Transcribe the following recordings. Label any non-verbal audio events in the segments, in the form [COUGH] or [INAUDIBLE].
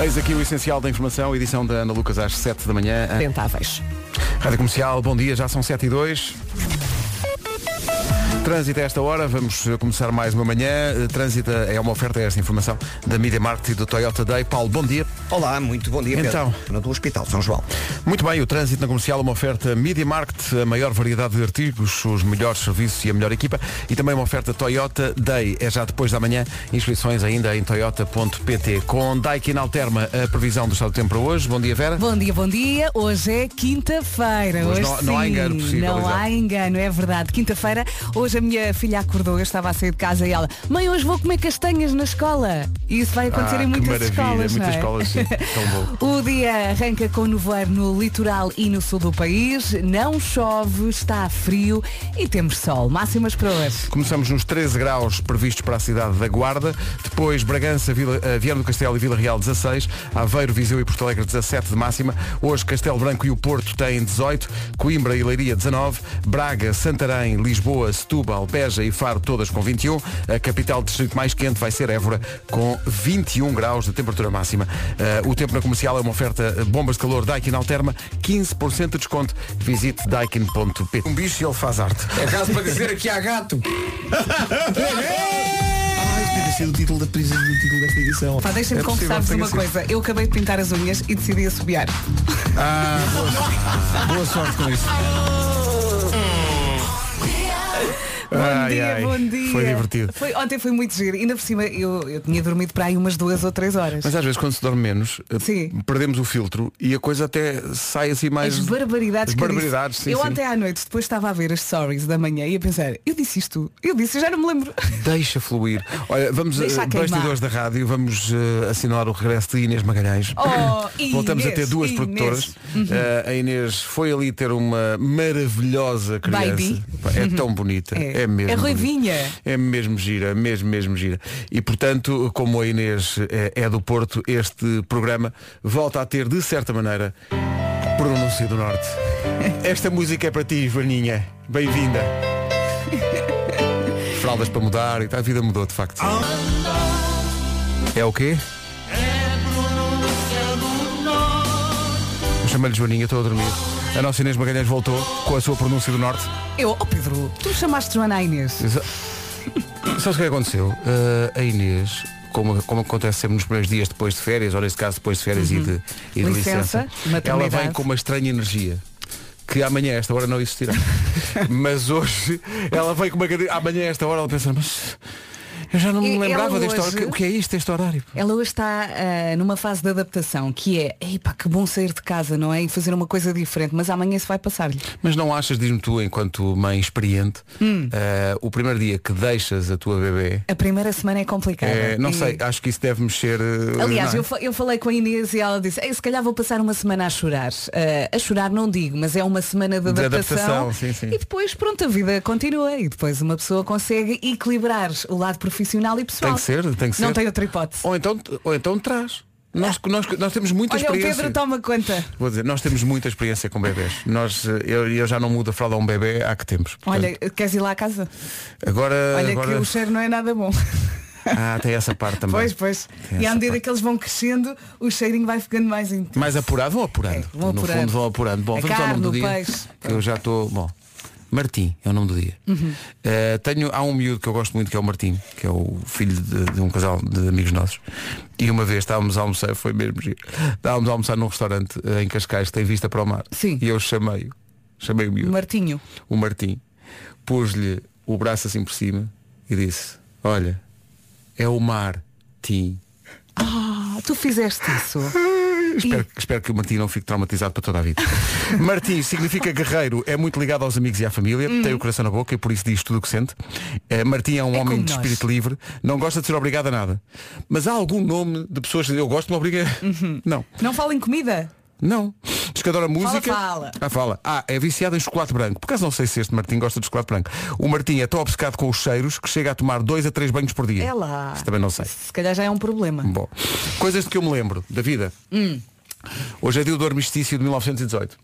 Eis aqui o essencial da informação, edição da Ana Lucas às 7 da manhã. Rentáveis. Rádio Comercial, bom dia, já são 7 e 2. Trânsito a esta hora, vamos eh, começar mais uma manhã. Eh, Trânsito é uma oferta, é esta informação, da Media Market e do Toyota Day. Paulo, bom dia. Olá, muito bom dia, Pedro. Então. Ana do Hospital São João. Muito bem, o trânsito na comercial é uma oferta Media Market, a maior variedade de artigos, os melhores serviços e a melhor equipa e também uma oferta Toyota Day. É já depois da manhã, inscrições ainda em toyota.pt. Com Daikin Alterma, a previsão do estado do tempo para hoje. Bom dia, Vera. Bom dia, bom dia. Hoje é quinta-feira. Hoje Hoje não- não há sim, engano possível, Não exato. há engano, é verdade. Quinta-feira, hoje a minha filha acordou, eu estava a sair de casa e ela, mãe, hoje vou comer castanhas na escola. E isso vai acontecer Ah, em que maravilha, muitas escolas. não muitas é? escolas, [LAUGHS] sim. Tão bom. O dia arranca com nevoeiro no litoral e no sul do país. Não chove, está frio e temos sol. Máximas para hoje. Começamos nos 13 graus previstos para a cidade da Guarda, depois Bragança, Vila, eh, Viana do Castelo e Vila Real 16, Aveiro, Viseu e Porto Alegre 17 de máxima, hoje Castelo Branco e o Porto têm 18, Coimbra e Leiria 19, Braga, Santarém, Lisboa, Setúbal, Beja e Faro todas com 21, a capital distrito mais quente vai ser Évora com 21 graus de temperatura máxima. Eh, o tempo na comercial é uma oferta eh, bombas de calor Daikin Alterma, 15% de desconto, visite daikin.pt. Um bicho e ele faz arte. É caso para dizer aqui há gato. Pá, deixa-me É possível, confessar-vos tenho uma assim. coisa. Eu acabei de pintar as unhas e decidi assobiar. Ah, boa, boa sorte com isso. Bom Ai, dia, ai, bom dia. Foi divertido. Foi- ontem foi muito giro. Ainda por cima, eu, eu tinha dormido para aí umas duas ou três horas. Mas às vezes quando se dorme menos, eh, Sim. perdemos o filtro e a coisa até sai assim mais. As barbaridades As que eu barbaridades, disse. sim, Eu sim. ontem à noite depois estava a ver as stories da manhã e a pensar, eu disse isto, eu disse, eu já não [LAUGHS] me lembro. Deixa fluir. Olha, vamos, eh, Deixa a queimar. bastidores da rádio, vamos eh, assinalar o regresso de Inês Magalhães. Oh, Voltamos a Inês, ter duas Inês. Uhum. produtoras. Eh, a Inês foi ali ter uma maravilhosa criança. Baby. Pá, É tão bonita. É, É. mesmo. bonita. É ruivinha. É mesmo gira, mesmo, mesmo gira. E portanto, como a Inês eh, é do Porto, este programa volta a ter, de certa maneira, pronúncia do Norte. Esta música é para ti, Joaninha. Bem-vinda. Fraldas para mudar e tal. A vida mudou, de facto. É o quê? Eu Chama-lhe Joaninha, estou a dormir. A nossa Inês Magalhães voltou com a sua pronúncia do Norte. Eu, oh Pedro, tu me chamaste Joana à Inês. Exa- Sabes o que aconteceu? Uh, a Inês, como, como acontece sempre nos primeiros dias depois de férias, ou neste caso depois de férias e de, e de Uhum. Licença, licença, ela maternidade. vem com uma estranha energia. Que amanhã a esta hora não [LAUGHS] existirá. mas hoje ela vem com uma cadeira. Amanhã a esta hora ela pensa, mas eu já não me E lembrava ela deste hoje- horário. O que é isto, este horário? Ela hoje está ah, numa fase de adaptação, que é, epá, que bom sair de casa, não é? E fazer uma coisa diferente, mas amanhã isso vai passar-lhe. Mas não achas, diz-me tu, enquanto mãe experiente, Hum. uh, o primeiro dia que deixas a tua bebê, A primeira semana é complicada. é, não E- sei, acho que isso deve mexer. uh, Aliás, não é? eu, fa- eu falei com a Inês e ela disse, "Ei, se calhar vou passar uma semana a chorar. Ah, a chorar não digo, mas é uma semana de De adaptação. adaptação, sim, sim. E depois, pronto, a vida continua e depois uma pessoa consegue equilibrar o lado profissional e pessoal. Tem que ser, tem que Não ser. tem outra hipótese. Ou então, ou então traz. Nós, nós, nós temos muita Olha, o experiência. Pedro tá- toma conta. Vou dizer, nós temos muita experiência com bebés. Nós, eh, eu, eu já não mudo a fralda a um bebê há que tempos. Portanto, Olha, queres ir lá à casa? agora, Olha agora... [LAUGHS] que o cheiro não é nada bom. Ah, tem essa parte também. Pois, pois. Tem E à essa medida parte. que eles vão crescendo, o cheirinho vai ficando mais intenso. Mais apurado, vão apurando. É, vão no apurando. fundo vão apurando. Bom, A vamos ao nome do carne, dia. o peixe. que eu já estou. Bom. Martim é o nome do dia. Uhum. Eh, tenho, há um miúdo que eu gosto muito que é o Martim, que é o filho de, de um casal de amigos nossos. E uma vez estávamos a almoçar, foi mesmo giro, estávamos a almoçar num restaurante eh, em Cascais que tem vista para o mar. Sim. E eu chamei-o, chamei o miúdo, Martinho. o Martim, pus-lhe o braço assim por cima e disse, olha, é o Martim. Ah, tu fizeste isso. Espero, espero que o Martim não fique traumatizado para toda a [LAUGHS] vida. Martim significa guerreiro, é muito ligado aos amigos e à família, Uhum. tem o coração na boca e por isso diz tudo o que sente. Eh, Martim é um homem como de nós. espírito livre, não gosta de ser obrigado a nada. Mas há algum nome de pessoas que dizem, eu gosto, me obriga. Não, Não fala em comida? não. Diz que adora música. Uhum. fala. Ah, fala. Ah, é viciado em chocolate branco. Por acaso não sei se este Martim gosta de chocolate branco. O Martim é tão obcecado com os cheiros que chega a tomar dois a três banhos por dia. É lá. Isso também não sei. Se calhar já é um problema. Bom, coisas de que eu me lembro da vida. Hum. Hoje é dia do armistício de [LAUGHS] 1918.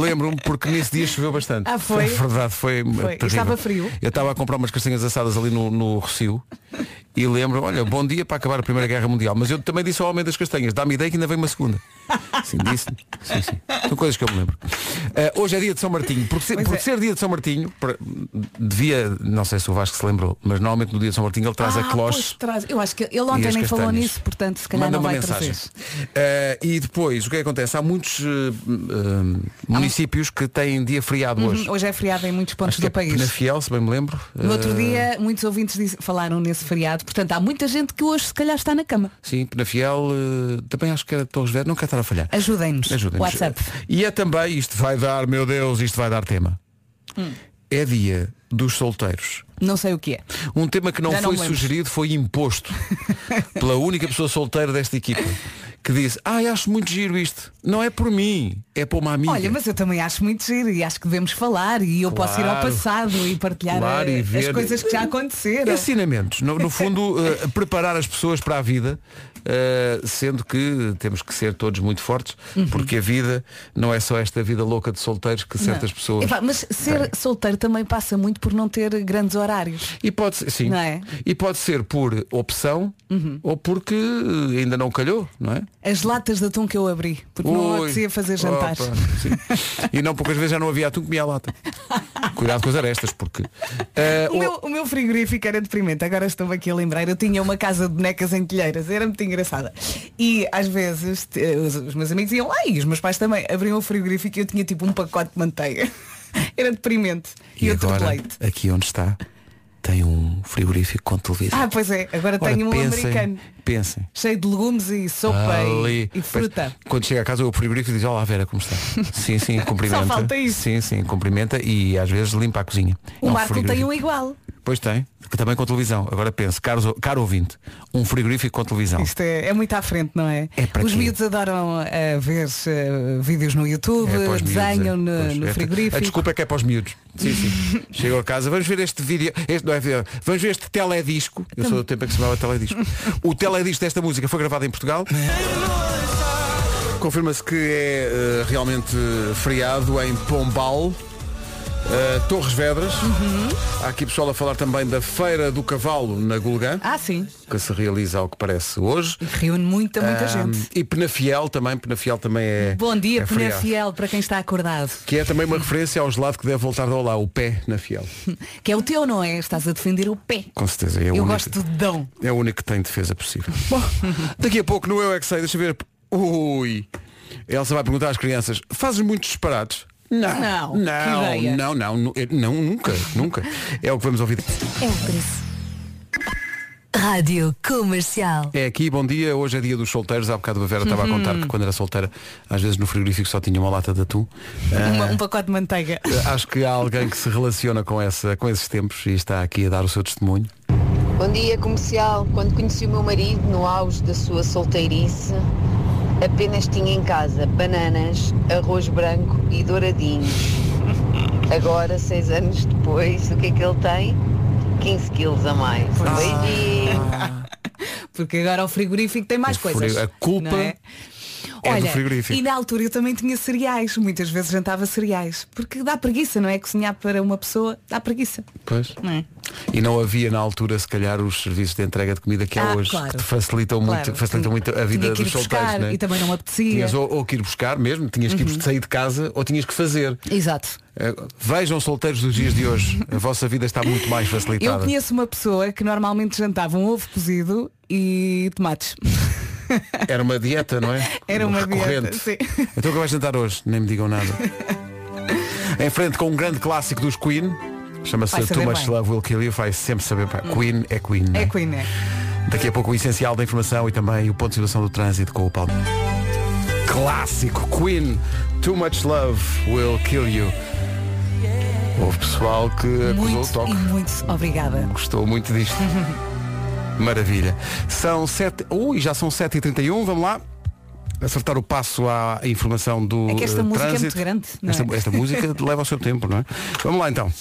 Lembro-me porque nesse dia choveu bastante. Ah, foi? É verdade, foi, Foi. E terrível. estava frio? Eu estava a comprar umas castanhas assadas ali no, no Rocio e lembram, olha, bom dia para acabar a Primeira Guerra Mundial. Mas eu também disse ao Homem das Castanhas, dá-me ideia que ainda vem uma segunda. Sim, disse. Sim, sim. São coisas que eu me lembro. Eh, hoje é dia de São Martinho. Por, ser, é. por ser dia de São Martinho, por- devia, não sei se o Vasco se lembrou, mas normalmente no dia de São Martinho ele traz a Ah, cloche pois traz. Eu acho que ele e ontem as nem falou castanhas. nisso, portanto se calhar Manda não uma vai mensagem. trazer. Eh, e depois, o que é que acontece? Há muitos eh, eh, municípios que têm dia feriado hoje. Hum, Hoje é feriado em muitos pontos Acho que do é país. Penafiel, se bem me lembro. No outro Eh, dia, muitos ouvintes disse- falaram nesse feriado, portanto há muita gente que hoje se calhar está na cama. Sim, Penafiel, eh, também acho que era de Torres Vedras, não quero estar a falhar. Ajudem-nos. Ajudem-nos. WhatsApp. E é também, isto vai dar, meu Deus, isto vai dar tema. Hum. É dia dos solteiros. Não sei o que é. Um tema que não Já não foi me lembro. sugerido, foi [LAUGHS] imposto pela única pessoa solteira desta equipa, que disse, ah, acho muito giro isto. Não é por mim, é por uma amiga. Olha, mas eu também acho muito giro e acho que devemos falar e eu posso ir ao Claro. passado e partilhar Claro, eh, e É assim, ver- as coisas que já aconteceram. Ensinamentos, no, no fundo, [LAUGHS] eh, preparar as pessoas para a vida, eh, sendo que temos que ser todos muito fortes, Uhum. porque a vida não é só esta vida louca de solteiros que certas Não. pessoas. Epá, mas ser têm. solteiro também passa muito por não ter grandes horários. E pode ser, sim. Não é? Uhum. E pode ser por opção ou porque eh, ainda não calhou, não é? As latas de atum que eu abri, porque não Ui, apetecia fazer jantar. opa, sim. e não poucas vezes já não havia atum comia a [LAUGHS] lata. Cuidado com as arestas, porque. eh, O meu, o meu frigorífico era deprimente, agora estou aqui a lembrar. Eu tinha uma casa de bonecas em telheiras, era muito engraçada. E às vezes t- eh, os, os meus amigos iam lá e os meus pais também abriam o frigorífico e eu tinha tipo um pacote de manteiga. [LAUGHS] Era deprimente. E, E outro de agora, leite. aqui onde está, tem um frigorífico com televisão. Ah, pois é, agora Ora, tenho um pensem, americano. Pensem. Cheio de legumes e sopa e- Ali. e, fruta. Pois, Quando chega a casa o frigorífico diz, olá Vera, [LAUGHS] como está? sim, sim, cumprimenta. Só falta isso. Sim, sim, cumprimenta e às vezes limpa a cozinha. O É um Marco tem frigorífico. um igual. Pois tem, que também com televisão. Agora penso, caros, caro ouvinte, um frigorífico com televisão. Isto é, é muito à frente, não é? É para Os quê? miúdos adoram eh, ver eh, vídeos no YouTube, para os miúdos, desenham é. no, Pois, no é. A frigorífico. desculpa é que é para os miúdos. Sim, [LAUGHS] sim. Chegou a casa, vamos ver este vídeo. Este não é vídeo, vamos ver este teledisco. Eu sou do tempo em que se chamava [LAUGHS] teledisco. O teledisco desta música foi gravado em Portugal. Confirma-se que é eh, realmente feriado em Pombal. eh, Torres Vedras. Uhum. Há aqui pessoal a falar também da Feira do Cavalo na Gulgã, Ah, sim. que se realiza ao que parece hoje. Reúne muita, muita Ahm, gente. E Penafiel também, Penafiel também é. Bom dia, é Pena feriado. Fiel, para quem está acordado. Que é também uma referência ao gelado que deve voltar de olá, o pé na fiel. Que é o teu, não é? Estás a defender o pé. Com certeza, é o Eu único. gosto de Dão. É o único que tem defesa possível. [LAUGHS] Bom, daqui a pouco no Eu é que sei, deixa eu ver. Ui. A Elsa vai perguntar às crianças, fazes muitos disparados? Não. Não, que Não, ideia. não, não, nu- eh, não, nunca, nunca. É o que vamos ouvir. É o preço. Rádio Comercial. É aqui, bom dia. Hoje é dia dos solteiros. Há bocado a Vera estava Uhum. a contar que quando era solteira, às vezes no frigorífico só tinha uma lata de atum. Eh, Uma- Ah. um pacote de manteiga. [LAUGHS] Acho que há alguém que se relaciona com, essa, com esses tempos e está aqui a dar o seu testemunho. Bom dia, comercial. Quando conheci o meu marido, no auge da sua solteirice, apenas tinha em casa bananas, arroz branco e douradinhos. Agora, seis anos depois, o que é que ele tem? 15 quilos a mais. Beijinho. Ah. Porque agora o frigorífico tem mais O frio- coisas. a culpa não é? é do Olha, frigorífico. e na altura eu também tinha cereais, muitas vezes jantava cereais, porque dá preguiça, não é? Cozinhar para uma pessoa dá preguiça. Pois. Não é? E não havia na altura, se calhar, os serviços de entrega de comida que há Ah, hoje, claro. que te facilitam, Claro. muito, facilitam Tinha- muito a vida tinha que ir dos solteiros. buscar né? e também Uhum. não me apetecia. Tinhas ou, ou que ir buscar mesmo, tinhas que ir bus- sair de casa ou tinhas que fazer. Exato. Eh, Vejam solteiros dos dias de hoje. A vossa vida está muito mais Eu facilitada. conheço uma pessoa que normalmente jantava um ovo cozido e [LAUGHS] tomates. Era uma dieta, não é? [LAUGHS] Era uma dieta, Recorrente. sim. Então o que vais jantar hoje? Nem me digam [LAUGHS] nada. em frente com um grande clássico dos Queen. Chama-se Vai Too saber Much bem. Love Will Kill You. Vai sempre saber. pá, Queen é Queen. não É Queen, é? Daqui a pouco o essencial da informação e também o ponto de situação do trânsito com o Paulo. Clássico Queen, Too Much Love Will Kill You. Houve pessoal que acusou o Muito toque, e muito obrigada. gostou muito disto. Maravilha. São 7. Ui, já são 7h31, vamos lá. Acertar o passo à informação do É que esta eh, música é trânsito. [LAUGHS] muito grande, não é? esta, esta música leva o seu tempo, não é? Vamos lá então.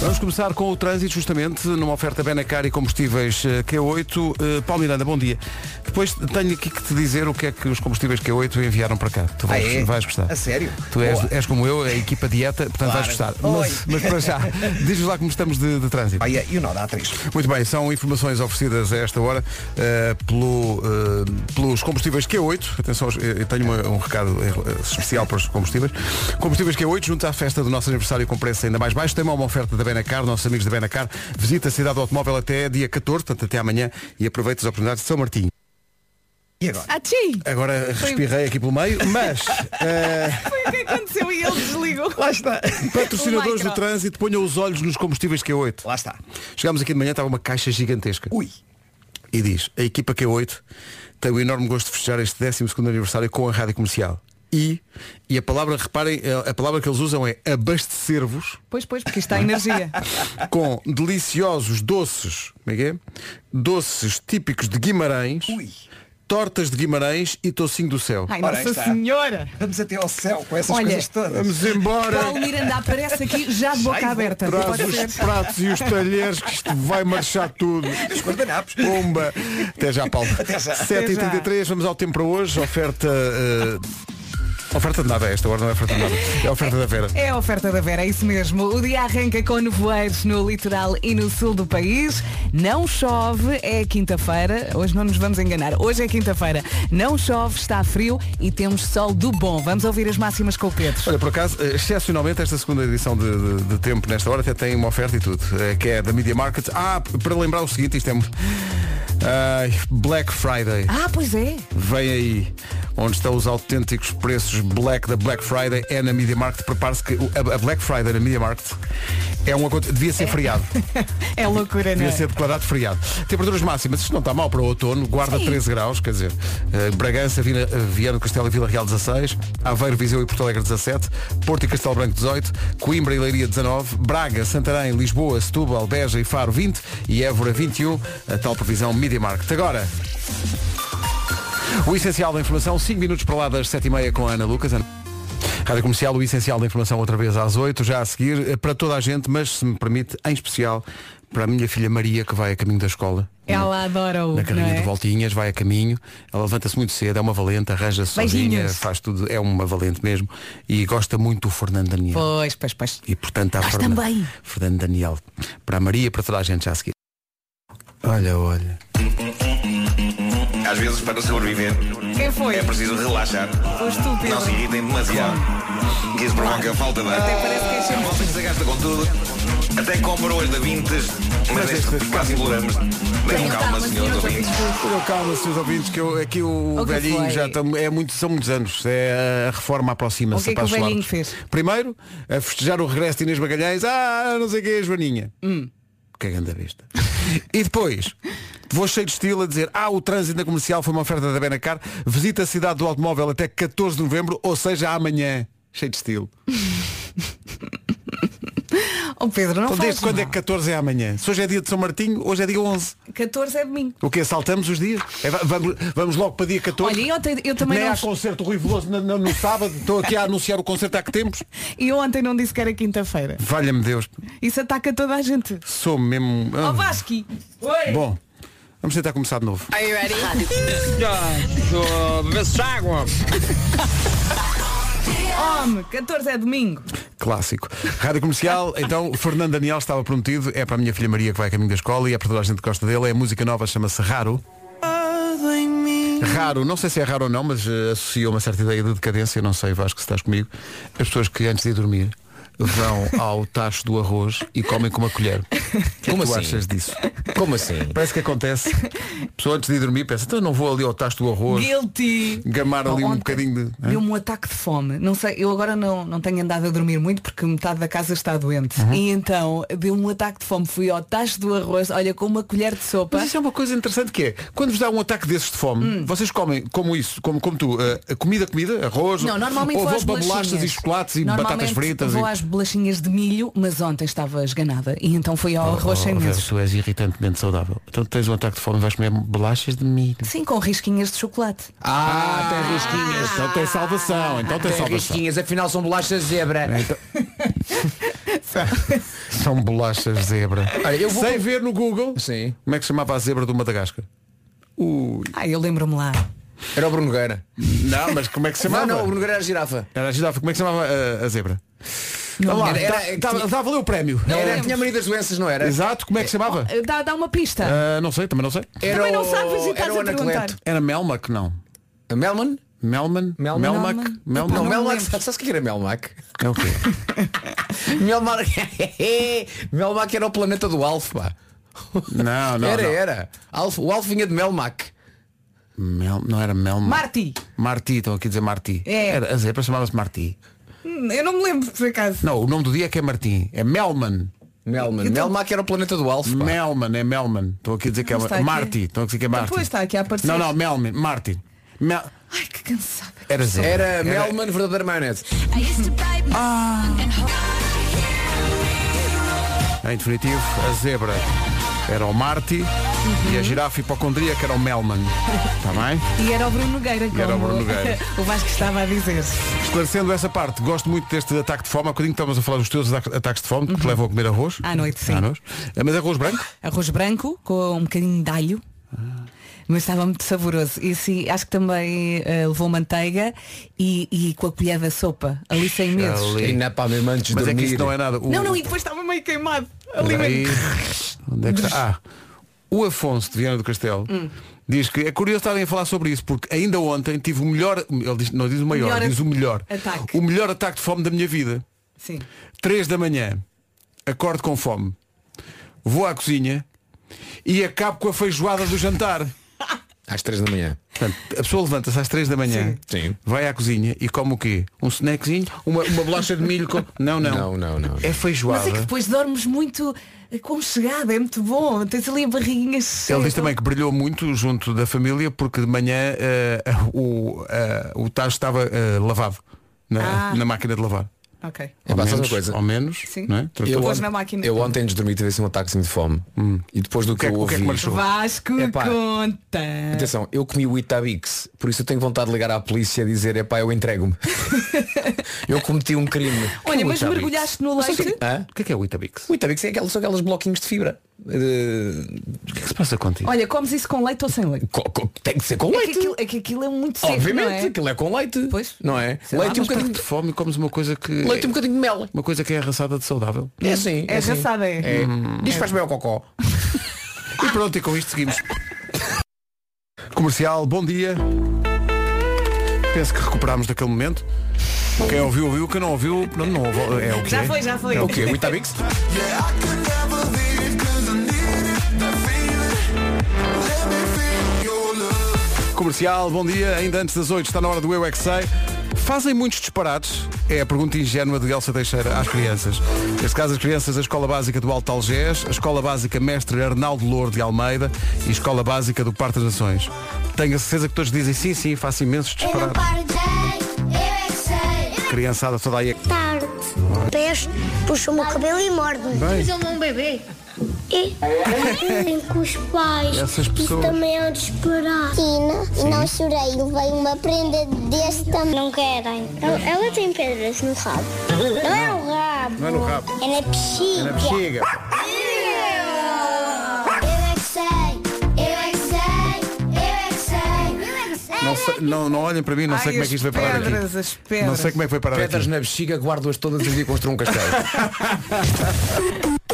Vamos começar com o trânsito, justamente, numa oferta Benacar e combustíveis eh, Q8. Eh, Paulo Miranda, bom dia. Depois tenho aqui que te dizer o que é que os combustíveis Q8 enviaram para cá. Tu vais, Ah, é? vais gostar. A sério? Tu és, Boa. É és como eu, a equipa dieta, portanto vais gostar. Claro. Mas, Oi. mas [LAUGHS] para já, diz-nos lá como estamos de, de trânsito. Vai, e o nó da atriz. Muito bem, são informações oferecidas a esta hora eh, pelo, eh, pelos combustíveis Q8. Atenção, eh, eu tenho uma- um recado eh, especial para os combustíveis. Combustíveis Q8, junto à festa do nosso aniversário com preço ainda mais baixo, tem uma oferta da Benacar, nossos amigos da Benacar. Visita a cidade do automóvel até dia 14, portanto até amanhã, e aproveita as oportunidades de São Martinho. E agora? Achi! Agora um respirei aqui pelo meio, [LAUGHS] mas eh, Foi o que aconteceu e ele desligou. Lá está. um patrocinadores O do micro. trânsito, ponham os olhos nos combustíveis Q8. Lá está. Chegámos aqui de manhã, estava uma caixa gigantesca. Ui. e diz a equipa Q8 tem o enorme gosto de festejar este 12º aniversário com a rádio comercial e e a palavra reparem eh, a- a palavra que eles usam é abastecer-vos Pois, pois, porque isto está energia. [LAUGHS] com deliciosos doces como é que é? doces típicos de Guimarães Ui. tortas de Guimarães e tocinho do céu Ai, Ora, aí Nossa está. Senhora! Vamos até ao céu com essas Olha, coisas todas. vamos embora Paulo Miranda aparece aqui já de boca Sai, aberta. traz Pode os ser. pratos e os talheres que isto vai marchar tudo [LAUGHS] Os guardanapos. Pumba. Até já, Paulo. Até já. 7h33, vamos ao tempo para hoje. Oferta. eh, Oferta de nada é esta, agora não é oferta de nada. É oferta da Vera. É a oferta da Vera, é isso mesmo. O dia arranca com nevoeiros no litoral e no sul do país. Não chove, é quinta-feira. Hoje não nos vamos enganar. Hoje é quinta-feira. Não chove, está frio e temos sol do bom. Vamos ouvir as máximas com o Pedro. Olha, por acaso, eh, excepcionalmente esta segunda edição de, de- de Tempo nesta hora até tem uma oferta e tudo, eh, que é da Media Market. Ah, para lembrar o seguinte, isto é. muito- Ai, Black Friday. Ah, pois é. Vem aí, onde estão os autênticos preços Black da Black Friday, é na Media Market. Prepare-se que o- a a Black Friday na Media Market é uma coisa. Devia ser feriado. É loucura, não Devia é? ser declarado feriado. Temperaturas máximas, isto não está mal para o outono. Guarda 13 graus, quer dizer, eh, Bragança, Vina, eh, Viana do Castelo e Vila Real 16, Aveiro, Viseu e Porto Alegre 17, Porto e Castelo Branco 18, Coimbra e Leiria 19, Braga, Santarém, Lisboa, Setúbal, Beja e Faro 20 e Évora 21, a tal previsão Media Market. Agora, o essencial da informação, 5 minutos para lá das 7h30 com a Ana Lucas. Ana- Rádio Comercial, o essencial da informação outra vez às 8, já a seguir, eh, para toda a gente, mas se me permite, em especial para a minha filha Maria, que vai a caminho da escola. Ela adora-o. Na É não carrinha é? de voltinhas, vai a caminho, ela levanta-se muito cedo, é uma valente, arranja-se sozinha, Beijinhos. faz tudo, é uma valente mesmo e gosta muito do Fernando Daniel. Pois, pois, pois. E portanto há Nós Fernando, também. Fernando Daniel. Para a Maria, para toda a gente já a seguir. Olha, olha. Às vezes, para sobreviver, Quem foi? é preciso relaxar. Foste tu, Pedro. Não se irritem demasiado, que isso provoca falta de ar. Até parece que é A sempre- malta que se gasta com tudo, até compra hoje da Vintes, mas deste quase imploramos. um Tenham calma, senhores ouvintes. Eu calma, senhores ouvintes, que eu- aqui o, O que velhinho foi? já tam- é muito, são muitos anos. É, a reforma aproxima-se. O que é que a passos o velhinho largos. fez? Primeiro, a festejar o regresso de Inês Magalhães. Ah, não sei o que é, Joaninha. Hum. Que é grande besta. e depois, vou cheio de estilo a dizer, ah, o trânsito na comercial foi uma oferta da Benacar. Visita a cidade do automóvel até 14 de novembro, ou seja, amanhã. Cheio de estilo. Oh, Pedro, não Então, faz desde quando é mal. que 14 é amanhã? Se hoje é dia de São Martinho, hoje é dia 11. 14 é domingo. O que saltamos os dias? É, va- vamos, vamos logo para dia 14. Olha, e ontem eu também Nem não- há concerto do Rui Veloso no, no- no sábado. Estou aqui a anunciar o concerto há que tempos. E eu ontem não disse que era quinta-feira. Valha-me Deus. Isso ataca toda a gente. Sou mesmo... Ó Ah, Vasqui! Oi! Bom, vamos tentar começar de novo. Are you ready? Homem, 14 é domingo. Clássico. Rádio [LAUGHS] Comercial, então, Fernando Daniel estava prometido. É para a minha filha Maria que vai a caminho da escola e é para toda a gente que gosta dele. É a música nova, chama-se Raro. Raro, não sei se é raro ou não, mas eh, associa uma certa ideia de decadência, não sei, Vasco, se estás comigo. As pessoas que antes de ir dormir [LAUGHS] vão ao tacho do arroz e comem com uma colher. Como tu assim? achas disso? Como assim? Parece que acontece. A pessoa antes de ir dormir pensa, então eu não vou ali ao tacho do arroz, Guilty! gamar ali um Ontem bocadinho de. Hã? Deu-me um ataque de fome. Não sei, eu agora não, não tenho andado a dormir muito porque metade da casa está doente. Uhum. E então deu-me um ataque de fome. Fui ao tacho do arroz, olha, com uma colher de sopa. Mas isso é uma coisa interessante que é, quando vos dá um ataque desses de fome, Hum. vocês comem como isso, como, como tu, eh, comida, comida, arroz, Não, normalmente ou vou vão às para um bolachas bolachinhas. e chocolates e Normalmente batatas fritas. vou e... às bolachinhas de milho, mas ontem estava esganada e então fui Oh, ao arroz sem meses. tu és irritantemente saudável. Então tens um ataque de fome, vais comer bolachas de milho. Sim, com risquinhas de chocolate. Ah, tem risquinhas. Então tem salvação. Então tem, salvação. então- Risquinhas, afinal são bolachas zebra. São bolachas zebra. Olha, eu vou- Sem ver no Google. Sim. Como é que se chamava a zebra do Madagascar? Ah, eu lembro-me lá. Era o Bruno Nogueira. Não, mas como é que se Não, chamava? não, o Bruno Nogueira era a girafa. Era a girafa. Como é que se chamava uh, a, zebra? Não, Olha lá, tá- era- era- dá- dá- Dá-lhe o prémio. Não, Era- era, tinha a maioria das doenças, não era? Exato, como é que se chamava? Dá, dá uma pista. Ah, não sei, também não sei. Era Também não o- sabes e estás era o a perguntar. Anacleto. Era Melmac, não. A Melman? Melman? Mel- Melmac? Melman. Melmac? Não, me Melmac. lembro. Sabes o que era Melmac? É [LAUGHS] o quê? Melmac. É, Melmac era o planeta do Alf, pá. Não, não. era, não. era. Alf, o Alf vinha de Melmac. Mel, não era Melmac. Marti. Marti, estão aqui a dizer Marti. É. Era, a zebra chamava-se Marti. Hum, Eu não me lembro, por acaso. Não, o nome do dia é que é Martim. É Melman. Melman. Melmac era o planeta do Alf, pá. Melman, é Melman. Estou aqui a dizer que é Não está aqui. Marti. Estão a dizer que é Marti. Depois está aqui a aparecer. Não, não, Melman. Marti. Mel... Ai, que cansada. Era zebra. Era Melman, verdadeira maionese. Em definitivo, a zebra era o Marti e a girafa hipocondríaca era o Melman. Está bem? E era o Bruno Nogueira, como era o Bruno Nogueira. [LAUGHS] o Vasco estava a dizer. Esclarecendo essa parte, gosto muito deste ataque de fome. Há bocadinho estávamos a falar dos teus ata- ataques de fome, que te levam a comer arroz. À noite, sim. À noite. Ah, Mas arroz branco? Arroz branco com um bocadinho de alho. Mas estava muito saboroso. E sim, acho que também eh, levou manteiga e, e com a colher da sopa, ali sem meses. Ali. E na pá, mesmo antes de Mas é que dormir. isso não é nada. O- Não, não, e depois estava meio queimado. Ali Espera aí. meio... Onde é que está? Ah, o Afonso de Viana do Castelo Hum. diz que é curioso estarem a falar sobre isso, porque ainda ontem tive o melhor, ele diz, não diz o maior, Melhor diz o melhor, ataque. o melhor ataque de fome da minha vida. Sim. 3 da manhã, acordo com fome, vou à cozinha e acabo com a feijoada do jantar. Às três da manhã. Portanto, a pessoa levanta-se às 3 da manhã, Sim. Sim. vai à cozinha e come o quê? Um snackzinho? Uma, uma bolacha de milho com... [LAUGHS] Não, não. Não, não, não, não. É feijoada. Mas é que depois dormes muito aconchegado, é muito bom. Tens ali a barriguinha cheia. Ele diz também que brilhou muito junto da família porque de manhã eh, o, eh, o Tajo estava eh, lavado na, Ah. na máquina de lavar. Ok. É, Ao pá, sabes menos, uma coisa? Ao menos. Sim. não é? Eu Portanto, Pôs na máquina. eu ontem antes de dormir tive assim um ataquezinho de fome. E depois do que, que é eu que- o que ouvi. é que marchou? Vasco Epá. conta. Atenção, eu comi o Itabix, por isso eu tenho vontade de ligar à polícia e dizer, epá, eu [LAUGHS] entrego-me. eu cometi um crime. Olha, mas Itabix? mergulhaste no leite. Hã? O que é que é o Itabix? O Itabix é aquelas, são aquelas bloquinhos de fibra. Eh, O que é que se passa contigo? Olha, comes isso com leite ou sem leite? co- co- tem que ser com É leite. que aquilo é, que aquilo é muito seco, Obviamente, não é? aquilo é com leite. Pois. Não é? Sei lá, leite e um mas bocadinho de fome e comes uma coisa que. de... Leite e um bocadinho de mel. Uma coisa que é arrasada de saudável. É assim. É assim. engraçado, é. É. Diz que faz bem [LAUGHS] ao cocó. E pronto, e com isto seguimos. Comercial, bom dia. Penso que recuperámos daquele momento. Quem ouviu, ouviu. Quem não ouviu, não, não ouve. É o que Já foi, já foi. O quê? O Itabix? Comercial, bom dia. Ainda antes das 8 está na hora do Eu é Que Sei. Fazem muitos disparates? É a pergunta ingênua de Elsa Teixeira às crianças. Neste caso, as crianças da Escola Básica do Alto Algés, a Escola Básica Mestre Arnaldo Louro de Almeida e a Escola Básica do Parque das Nações. Tenho a certeza que todos dizem sim, sim, faço imensos Eu não disparates. paro de eu é que sei. Criançada toda aí. é- Tarde. Pés puxam o meu cabelo e mordem. Bem, Mas ele não é um bebê. E vem com os pais. Essas pessoas. Isso também é um desesperar. Tina, não chorei. Levei uma prenda deste tamanho. Não querem. Ela tem pedras no rabo. Não é no rabo. Não é no rabo. É na é bexiga. na bexiga. Eu é que sei. Eu é que sei. Eu é que sei. Eu é que sei. Não, sei- não, não olhem para mim, não Ai, sei como é que isto vai as parar pedras, as aqui. pedras. Não sei como é que vai parar Pedras aqui. na bexiga, guardo-as todas e um dia construo um castelo. [LAUGHS]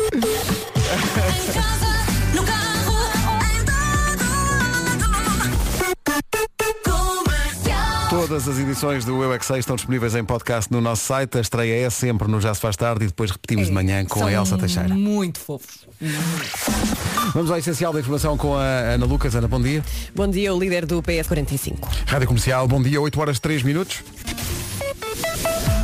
Todas as edições do Eu é Que Sei estão disponíveis em podcast no nosso site. A estreia é sempre no Já se faz tarde e depois repetimos de manhã com É, São a Elsa Teixeira. Muito fofos. Vamos ao essencial da informação com a Ana Lucas. Ana, bom dia. Bom dia, o líder do PS45. Rádio Comercial, bom dia, 8 horas 3 minutos.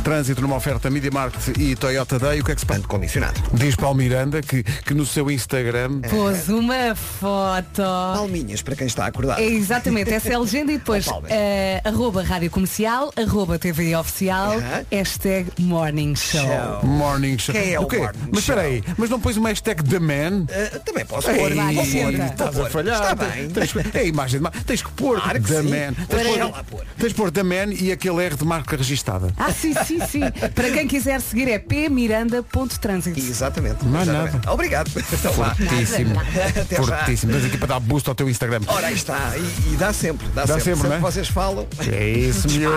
Trânsito numa oferta Media Market e Toyota Day. O que é que se passa? Tanto condicionado. Diz Paulo Miranda que, que no seu Instagram Pôs uma foto. Palminhas para quem está acordado. É exatamente, essa é a legenda e depois Oh, Paulo. eh, arroba rádio comercial, arroba TV oficial, Aham. hashtag morning show. Show. Morning Show. Quem é o quê? Morning Mas Show? espera aí, mas não pões uma hashtag The Man? Ah, também posso Ei, pôr. vai, Vou pôr, senta. vou estás a pôr. falhar. Está bem. Tens, é a imagem de marca. Tens que pôr Claro que The sim. Man. Olha Tens que ela a pôr, pôr. tens que pôr The Man e aquele R de marca registada. Ah, sim, sim. sim, sim. Para quem quiser seguir é pmiranda.trânsito. Exatamente. Não há exatamente. Obrigado. Então vá. Fortíssimo. Até já. Fortíssimo. Tens aqui para dar boost ao teu Instagram. Ora, aí está. E, e dá sempre. Dá, Dá sempre, sempre não é? que vocês falam. É isso, miúdo.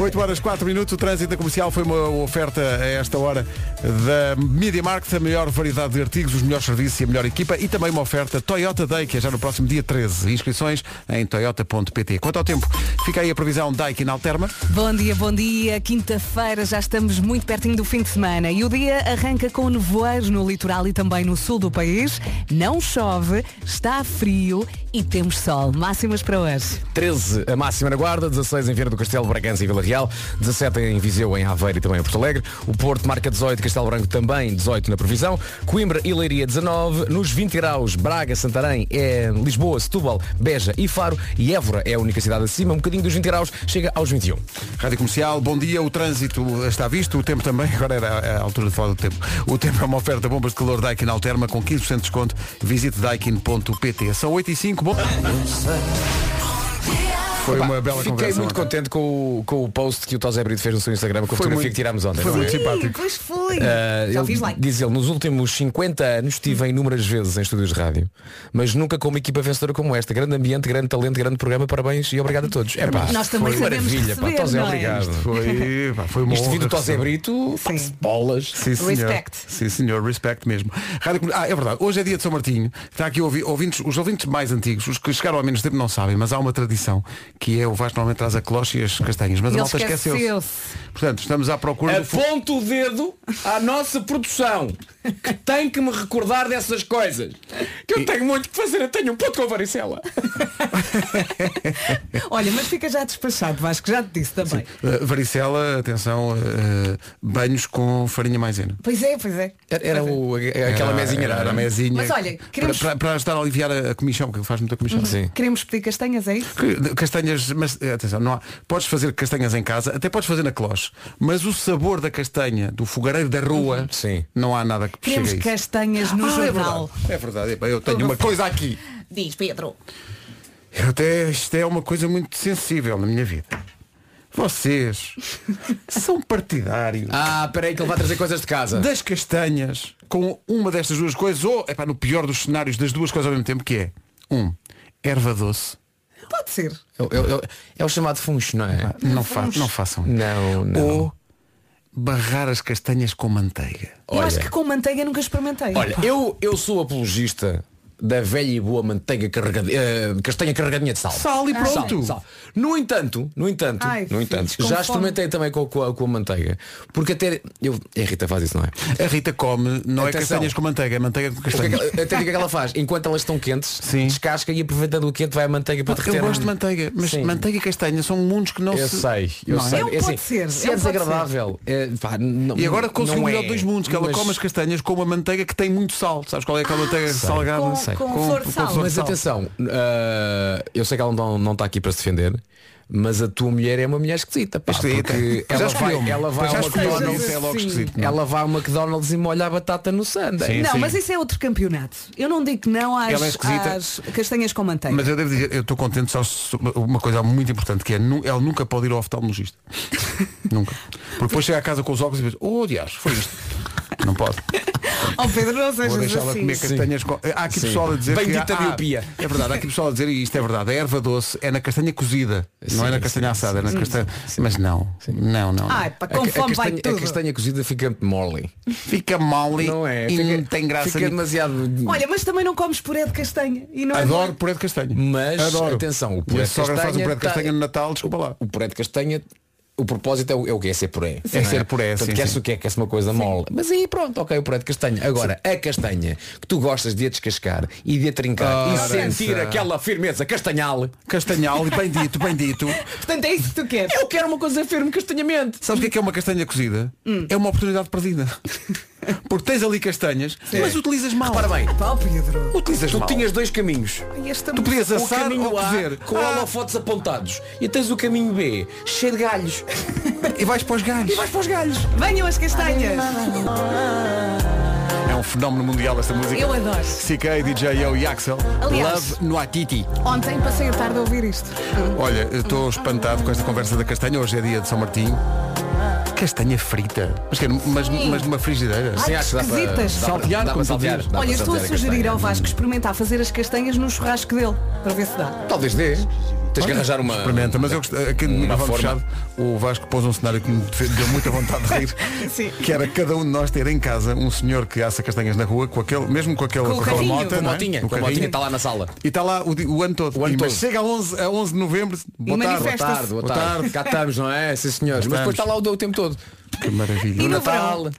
8 horas 4 minutos, o trânsito da comercial foi uma oferta a esta hora da Media Market, a maior variedade de artigos, os melhores serviços e a melhor equipa e também uma oferta Toyota Day, que é já no próximo dia 13. Inscrições em toyota.pt. Quanto ao tempo, fica aí a previsão Daikin Alterma. Bom dia, bom dia. Quinta-feira já estamos muito pertinho do fim de semana e o dia arranca com nevoeiros no litoral e também no sul do país. Não chove, está frio e temos sol. Máximas para hoje. 13 a máxima na Guarda, 16 em Vieira do Castelo, Bragança e Vila Real, 17 em Viseu, em Aveiro e também em Porto Alegre. O Porto marca 18, Castelo Branco também 18 na previsão. Coimbra e Leiria 19, nos 20 graus Braga, Santarém, é Lisboa, Setúbal, Beja e Faro e Évora é a única cidade acima, um bocadinho dos 20 graus, chega aos 21. Rádio Comercial, bom dia. O trânsito está visto, o tempo também. [LAUGHS] Agora era a altura de falar do tempo. O tempo é uma oferta bombas de calor Daikin Alterma com 15% de desconto. Visite daikin.pt. São 8 e 5. Bom... Foi uma bela Fiquei conversa. muito ontem. contente com o, com o post que o Tosé Brito fez no seu Instagram com Foi a fotografia muito- que tirámos ontem. foi não é? muito simpático. Eh, Pois fui. Ah, já ele fiz like. Diz ele, nos últimos 50 anos estive inúmeras vezes em estúdios de rádio, mas nunca com uma equipa vencedora como esta. Grande ambiente, grande talento, grande programa, parabéns e obrigado a todos. É pá, Nós também foi sabemos maravilha, pá, receber, Tosé, não é? obrigado. Foi, pá, foi uma Isto vindo honra do Tosé receber. Brito, pá, Sim. bolas. Sim, senhor. Respect. Sim, senhor, respect mesmo. Rádio Comun- Ah, é verdade, hoje é dia de São Martinho. Está aqui ouvi- ouvintes, os ouvintes mais antigos, os que chegaram há menos tempo não sabem, mas há uma tradição que é o Vasco normalmente traz a cloche e as castanhas, mas a Ele malta esqueceu-se. esqueceu-se. Portanto, estamos à É procura do fu- Aponto o dedo à nossa produção que tem que me recordar dessas coisas. Que eu tenho muito que fazer, eu tenho um ponto com a varicela. Olha, mas fica já despachado, Vasco, já te disse também. Uh, varicela, atenção, uh, banhos com farinha maisena. Pois é, pois é. Era, era um- o- aquela mesinha, é? era a mesinha. Mas olha, queremos- Uhum. para, para- para ajudar a aliviar a, a comichão, porque faz muita comichão. Sim. Queremos pedir castanhas, é isso? Que- Castanhas, mas eh, atenção, não há, podes fazer castanhas em casa, até podes fazer na cloche, mas o sabor da castanha, do fogareiro da rua, Uhum. Sim. não há nada que chegue Queremos a isso. castanhas no Ah, jornal. É verdade, é verdade. Epá, eu tenho uma coisa aqui. Diz, Pedro. Eu até, isto é uma coisa muito sensível na minha vida. [LAUGHS] Vocês são partidários Ah, peraí que ele vai trazer coisas de casa. das castanhas com uma destas duas coisas, ou epá, no pior dos cenários das duas coisas ao mesmo tempo, que é um, erva doce. Pode ser. É o- é o- é o chamado funcho, não é? Não, fa não façam isso. Não, não. Ou barrar as castanhas com manteiga. Eu Olha. acho que com manteiga nunca experimentei. Olha, eu, eu sou apologista da velha e boa manteiga carregada, eh, castanha carregadinha de sal. Sal e pronto. Sal, sal. No entanto, no entanto, Ai, no entanto, filhos, com já fome. experimentei também com, com, a, com a manteiga. Porque até. Eu, a Rita faz isso, não é? A Rita come, não é Atenção. castanhas com manteiga, é manteiga com O que é que castanhas. ela- até o que é que ela faz? Enquanto elas estão quentes, Sim. descasca e aproveitando o quente vai a manteiga para derreter. Eu um- gosto de manteiga, mas Sim. manteiga e castanha são mundos que não Eu se. sei, eu Não é? sei. Não um é pode ser, Se não é pode ser. desagradável. é, pá, não- E agora não consegui o é, melhor dos mundos, que ela mas- come as castanhas com uma manteiga que tem muito sal. Sabes qual é aquela manteiga salgada? Com- com flor de sal. de Mas sal. atenção, ah, eu sei que ela não, não está aqui para se defender, mas a tua mulher é uma mulher esquisita, pá, Esquisita. porque é, Já ela escolheu-me. vai, ela vai Já ao escolheu-me, McDonald's, isso é logo Sim. esquisito. não é? ela vai ao McDonald's e molha a batata no sundae. Sim, não, sim. mas isso é outro campeonato. Eu não digo que não às, Ela é esquisita. às castanhas com manteiga. Mas eu devo dizer, eu estou contente só se- uma coisa muito importante, que é nu- ela nunca pode ir ao [LAUGHS] oftalmologista. nunca. Porque depois chega a casa com os óculos e diz, oh dias, foi isto. não [LAUGHS] pode. Oh Pedro, não Vou sejas deixá-la assim. comer castanhas com... Há aqui pessoal a dizer que Bendita há- miopia. É verdade, há aqui pessoal a dizer, e isto é verdade, a erva doce é na castanha cozida, não é na Sim, castanha sim, assada, sim, é na castanha... Mas não, não, não. não. Ai, pá, A, ca- com a fome vai castanha, a tudo. castanha cozida fica mole. Fica mole Não é? e Fica- não tem graça Fica nenhuma. demasiado. Olha, mas também não comes puré de castanha. E não é Adoro bom. puré de castanha. Mas, Adoro. atenção, o puré Minha de sogra faz um castanha puré de tá- castanha no Natal, desculpa lá. O puré de castanha, o propósito é o, é o que é ser puré. Sim. É ser puré, Portanto, sim, quer sim. se o que é, quer se uma coisa mole. Mas aí pronto, ok, o puré de castanha. Agora, a castanha que tu gostas de a descascar e de a trincar Ora, e sentir essa. aquela firmeza castanhal. Castanhal, e bem dito, bem dito. Portanto, é isso que tu queres. Eu quero uma coisa firme castanhamente. Sabes o que é que é uma castanha cozida? Hum. É uma oportunidade [LAUGHS] perdida. Porque tens ali castanhas, mas utilizas mal. Repara bem, Pá, oh, Pedro. utilizas tu mal. tinhas dois caminhos. Ai, esta Tu podias O assar ou caminho A cozer. Ah. com holofotes apontados. E tens o caminho B, cheio de galhos. E vais para os galhos. Vais para os galhos. Venham as castanhas. É um fenómeno mundial esta música. Eu adoro. CK, DJ Yo e Axel. Aliás- Love no Atiti. Ontem passei a tarde a ouvir isto. Ah. Olha, eu estou espantado com esta conversa da castanha. Hoje é dia de São Martinho. Castanha frita. Mas, que, é, mas, Sim. mas numa frigideira. Ai, acho que dá para- esquisitas. dá para- Saltear, dá como para tu saltear. dizes. dá Olha, para estou a saltear sugerir castanha. ao Vasco experimentar fazer as castanhas no churrasco dele, para ver se dá. Talvez dê. Tens que arranjar uma. Experimenta, mas eu gostei, aqui no Uma microfone forma. fechado, o Vasco pôs um cenário que me deu muita vontade de rir, [LAUGHS] Sim. que era cada um de nós ter em casa um senhor que assa castanhas na rua, com aquele, mesmo com aquele Com o aquela carrinho. mota, Com a não é? motinha, O com a carrinho. motinha, está lá na sala. E está lá o, di- o ano todo. O ano E- mas todo. chega a 11, a 11 de novembro, boa tarde. manifesta-se. Boa tarde, boa Boa tarde. tarde. Cá estamos, não é? Sim, senhores. Mas depois Estamos. está lá o, o tempo todo. Que maravilha. E no Natal. verão?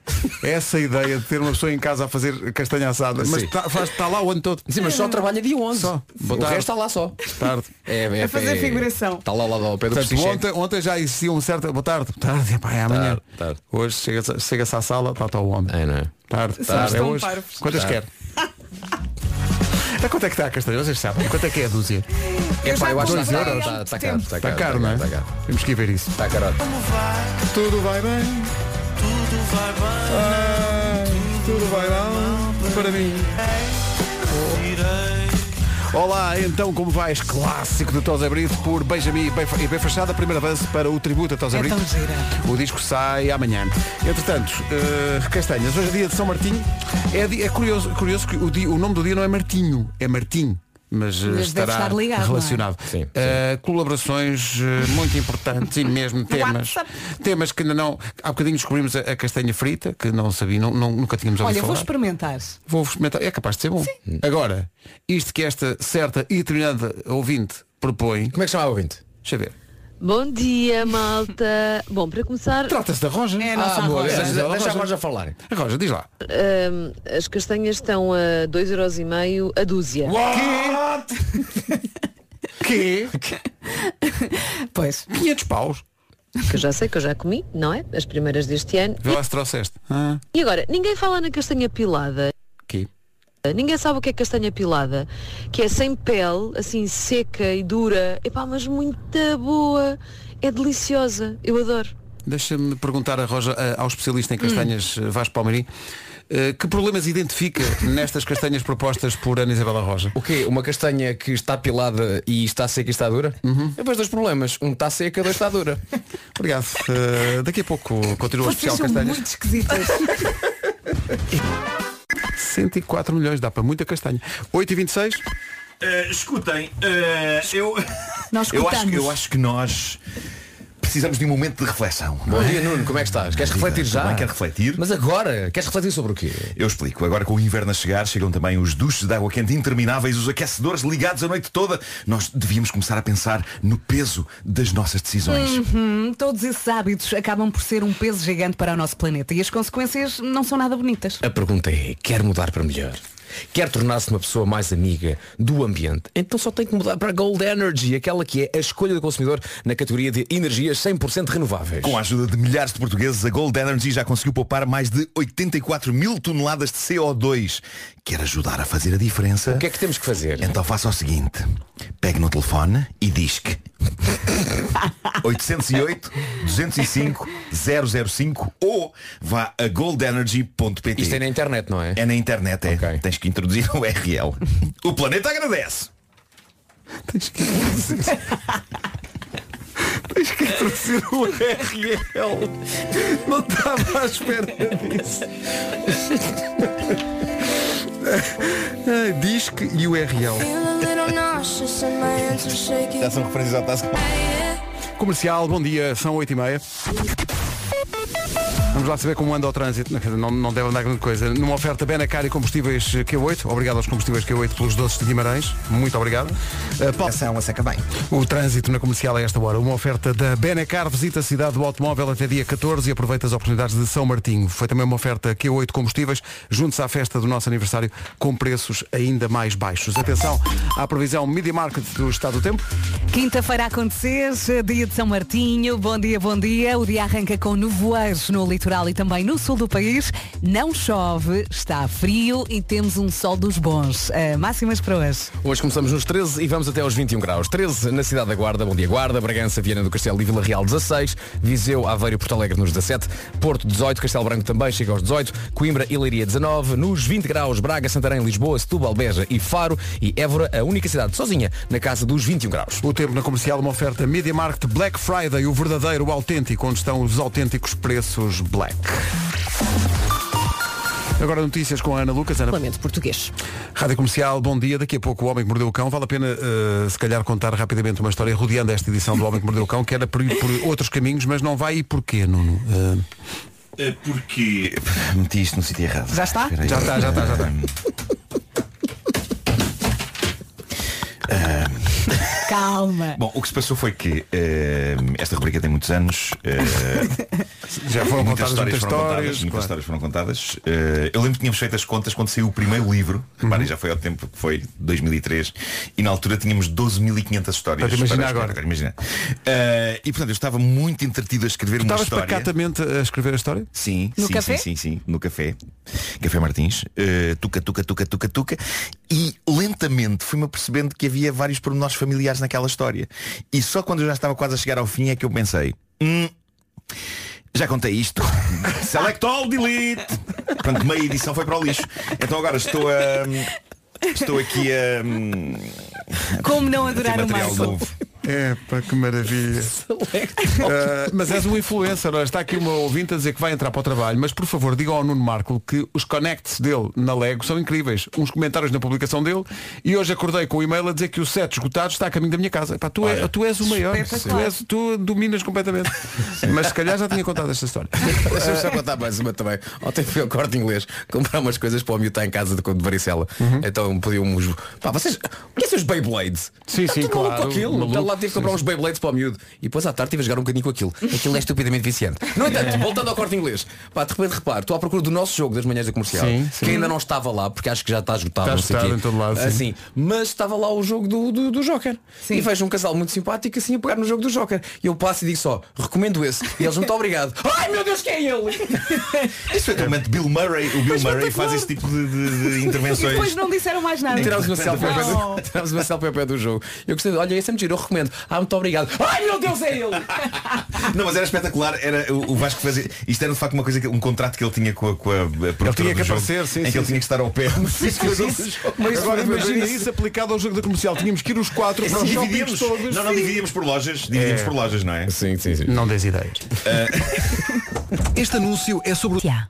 Essa ideia de ter uma pessoa em casa a fazer castanha assada, mas Sim. está tá lá o ano todo. Sim, mas só trabalha dia 11. Só. Boa o tarde. resto está lá só. Tarde. É, A fazer figuração. Está lá, lá, lá ao pé do Portanto, pestiche. ontem, ontem já existia um certo. Boa tarde. Boa tarde, [LAUGHS] epá, é amanhã. Tarde, tarde. Hoje chega-se chega-se à sala, está o homem. É, não é? Tarde, Somos tarde. É tão hoje. parvos. Quantas quer? [LAUGHS] Tarde. Então, quanto é que está a castanha? Vocês sabem. Quanto é que é a dúzia? É pá, já eu acho que comprei há está muito tá caro. tempo. Está Está caro, não é? Está caro. Temos que ir ver isso. Está caro. Tudo vai bem. Ah, Tudo vai bem. tudo vai bem para mim. Olá, então como vais? Clássico de Tosa Brito por Benjamin e Bem- e bem fachada. Primeiro avanço para o tributo a Tosa É Brito. tão gira. O disco sai amanhã. Entretanto, eh, castanhas, hoje é dia de São Martinho. É, di- é curioso, curioso que o, di- o nome do dia não é Martinho, é Martim. Mas, eh, deve estará estar ligado, não é? relacionado. Sim, sim. Eh, colaborações eh, muito importantes e [LAUGHS] mesmo temas. WhatsApp. Temas que ainda não. Há bocadinho descobrimos a, a castanha frita, que não sabia, não- não- nunca tínhamos ouvido Olha, vou falar. experimentar. Vou experimentar. É capaz de ser bom. Agora, isto que esta certa e determinada ouvinte propõe. Como é que chama o ouvinte? Deixa eu ver. Bom dia, malta. Bom, para começar, Trata-se da Roja. É a nossa boa, é, Roja. é, é, Deixa Roja. agora já falar. A Roja, diz lá. as castanhas estão a 2,5€ a dúzia. Que? [LAUGHS] Pois. 500 paus. Que eu já sei que eu já comi, não é? As primeiras deste ano. Vê lá se trouxeste. Ah, E agora, ninguém fala na castanha pilada. que? Ninguém sabe o que é castanha pilada, que é sem pele, assim seca e dura. Epá, mas muito boa. É deliciosa. Eu adoro. Deixa-me perguntar a Roja, a- ao especialista em castanhas Hum. eh, Vasco Palmeirim, eh, que problemas [LAUGHS] identifica nestas castanhas propostas por Ana Isabela Roja? O quê? Uma castanha que está pilada e está seca e está dura? Depois dois problemas. Um está seca, dois está dura. Obrigado. Eh, daqui a pouco continua o Vocês especial são castanhas. muito esquisitas. 104 milhões, dá para muita castanha. 8h26. Eh, escutem, eh, eu, Nós [LAUGHS] eu, acho, escutamos. eu acho que nós precisamos de um momento de reflexão. não é? Bom dia, Nuno, como é que estás? Queres refletir Tudo já? bem, quero refletir. Mas agora, queres refletir sobre o quê? Eu explico. Agora com o inverno a chegar, chegam também os duches de água quente intermináveis, os aquecedores ligados a noite toda. Nós devíamos começar a pensar no peso das nossas decisões. Uhum. Hum, Todos esses hábitos acabam por ser um peso gigante para o nosso planeta e as consequências não são nada bonitas. A pergunta é, quer mudar para melhor? Quer tornar-se uma pessoa mais amiga do ambiente? Então só tem que mudar para a Gold Energy, aquela que é a escolha do consumidor na categoria de energias 100% renováveis. Com a ajuda de milhares de portugueses, a Gold Energy já conseguiu poupar mais de 84 mil toneladas de CO2. Quer ajudar a fazer a diferença? O que é que temos que fazer? Então faça o seguinte. Pegue no telefone [LAUGHS] e disque. 808 205 005 ou vá a goldenergy.pt Isto é na internet, não é? É na internet, é. Ok. Tens que introduzir o URL. o planeta agradece. Tens que Tens que introduzir o URL. Não estava à espera disso. Ah, Disque e URL. Já são referências ao task. Comercial, bom dia, são 8 e meia. Vamos lá saber como anda o trânsito. Quer dizer, Não, não deve andar grande coisa. Numa oferta Benacar e combustíveis Q8. Obrigado aos combustíveis Q8 pelos doces de Guimarães. Muito obrigado. Uh, Paulo, Ação a seca bem. o trânsito na comercial a esta hora. Uma oferta da Benacar. Visita a cidade do automóvel até dia 14 e aproveita as oportunidades de São Martinho. Foi também uma oferta Q8 combustíveis. Junte-se à festa do nosso aniversário com preços ainda mais baixos. Atenção à previsão Media Market do Estado do Tempo. Quinta-feira a acontecer, dia de São Martinho. Bom dia, bom dia. O dia arranca com nevoeiros no litoral. litoral e também no sul do país. Não chove, está frio e temos um sol dos bons. Eh, máximas para hoje. Hoje começamos nos 13 e vamos até aos 21 graus. 13 na cidade da Guarda, Bom Dia Guarda, Bragança, Viana do Castelo e Vila Real 16, Viseu, Aveiro e Porto Alegre nos 17, Porto 18, Castelo Branco também chega aos 18, Coimbra e Leiria 19, nos 20 graus Braga, Santarém, Lisboa, Setúbal, Beja e Faro e Évora, a única cidade sozinha na casa dos 21 graus. O tempo na comercial, uma oferta Media Market Black Friday, o verdadeiro, o autêntico, onde estão os autênticos preços black. Agora notícias com a Ana Lucas. Ana... Lamento português. Rádio Comercial, bom dia. Daqui a pouco o Homem que Mordeu o Cão. Vale a pena, eh, se calhar, contar rapidamente uma história rodeando esta edição do Homem que Mordeu o Cão, que era por, ir por outros caminhos, mas não vai e porquê, Nuno? Eh, Porque meti isto no sítio errado. Já está? Espera aí. Já está, já está, já tá. está. Calma. Bom, o que se passou foi que eh, esta rubrica tem muitos anos. eh, [LAUGHS] já foram muitas contadas muitas histórias foram contadas. histórias. Muitas claro. histórias foram contadas. Eh, eu lembro que tínhamos feito as contas quando saiu o primeiro livro. Uhum. Reparem, já foi ao tempo que foi 2003. E na altura tínhamos 12.500 histórias. Portanto, imagina para escrever, agora. imagina. Eh, e portanto, eu estava muito entretido a escrever uma Estavas história. pacatamente a escrever a história? Sim, No sim, café? sim, sim, sim, no café. Café Martins. Eh, tuca, tuca, tuca, tuca, tuca. E lentamente fui-me apercebendo que havia vários pormenores familiares naquela história. E só quando eu já estava quase a chegar ao fim é que eu pensei. "Hum, já contei isto. Select all, delete. Pronto, meia edição foi para o lixo. Então agora estou a. Estou aqui a. hum, Como não a ter adorar o material Michael? novo. Epa, É, que maravilha. Ah, mas és um influencer, olha, está aqui uma ouvinte a dizer que vai entrar para o trabalho, mas por favor digam ao Nuno Marco que os connects dele na Lego são incríveis. Uns comentários na publicação dele e hoje acordei com o e-mail a dizer que o set esgotado está a caminho da minha casa. Epá, tu, é- Olha, tu és o maior, tu, espetacular. és, tu dominas completamente. Mas se calhar já tinha contado esta história. [LAUGHS] Deixa-me só contar mais uma também. Ontem fui ao corte inglês comprar umas coisas para o miúdo estar em casa de, de varicela. Uhum. Então pediu uns. Pá, vocês. O que é seus Beyblades? Sim, Está sim, tudo maluco claro, aquilo. maluco. Então lá tive que comprar uns Beyblades para o miúdo. E depois à tarde tive a jogar um bocadinho com aquilo. Aquilo é estupidamente viciante. [LAUGHS] No entanto, voltando ao corte inglês, pá, de repente reparo, estou à procura do nosso jogo das manhãs da comercial, Sim, sim. que ainda não estava lá, porque acho que já está esgotado. Está não sei o quê. esgotado Tá em todo lado, sim. Assim, Sim, mas estava lá o jogo do, do, do Joker. Sim. E vejo um casal muito simpático assim a pegar no jogo do Joker. E eu passo e digo só, recomendo esse. E eles, muito obrigado. [LAUGHS] Ai meu Deus, quem é ele? Isso é totalmente Bill Murray. O Bill Murray faz esse tipo de, de- de E depois intervenções. não disseram mais nada. [LAUGHS] Tirámos uma selfie ao pé Não. do, tirámos uma selfie ao pé do jogo. Eu gostei, olha, esse é muito giro, eu recomendo. Ah, muito obrigado. Ai meu Deus, é ele! Não, mas era espetacular, era o o Vasco fazia. Isto era de facto uma coisa que, um contrato que ele tinha com a, com a produtora Ele tinha que do jogo, aparecer, sim, em que sim, ele sim. tinha que estar ao pé. Mas agora foi- imagina isso aplicado ao jogo da comercial. Tínhamos que ir os quatro para Não, os shoppings é assim, dividíamos, todos. não, não dividíamos por lojas, dividíamos por lojas, não é? Sim, sim, sim. Não des ideias. este anúncio é sobre o Já.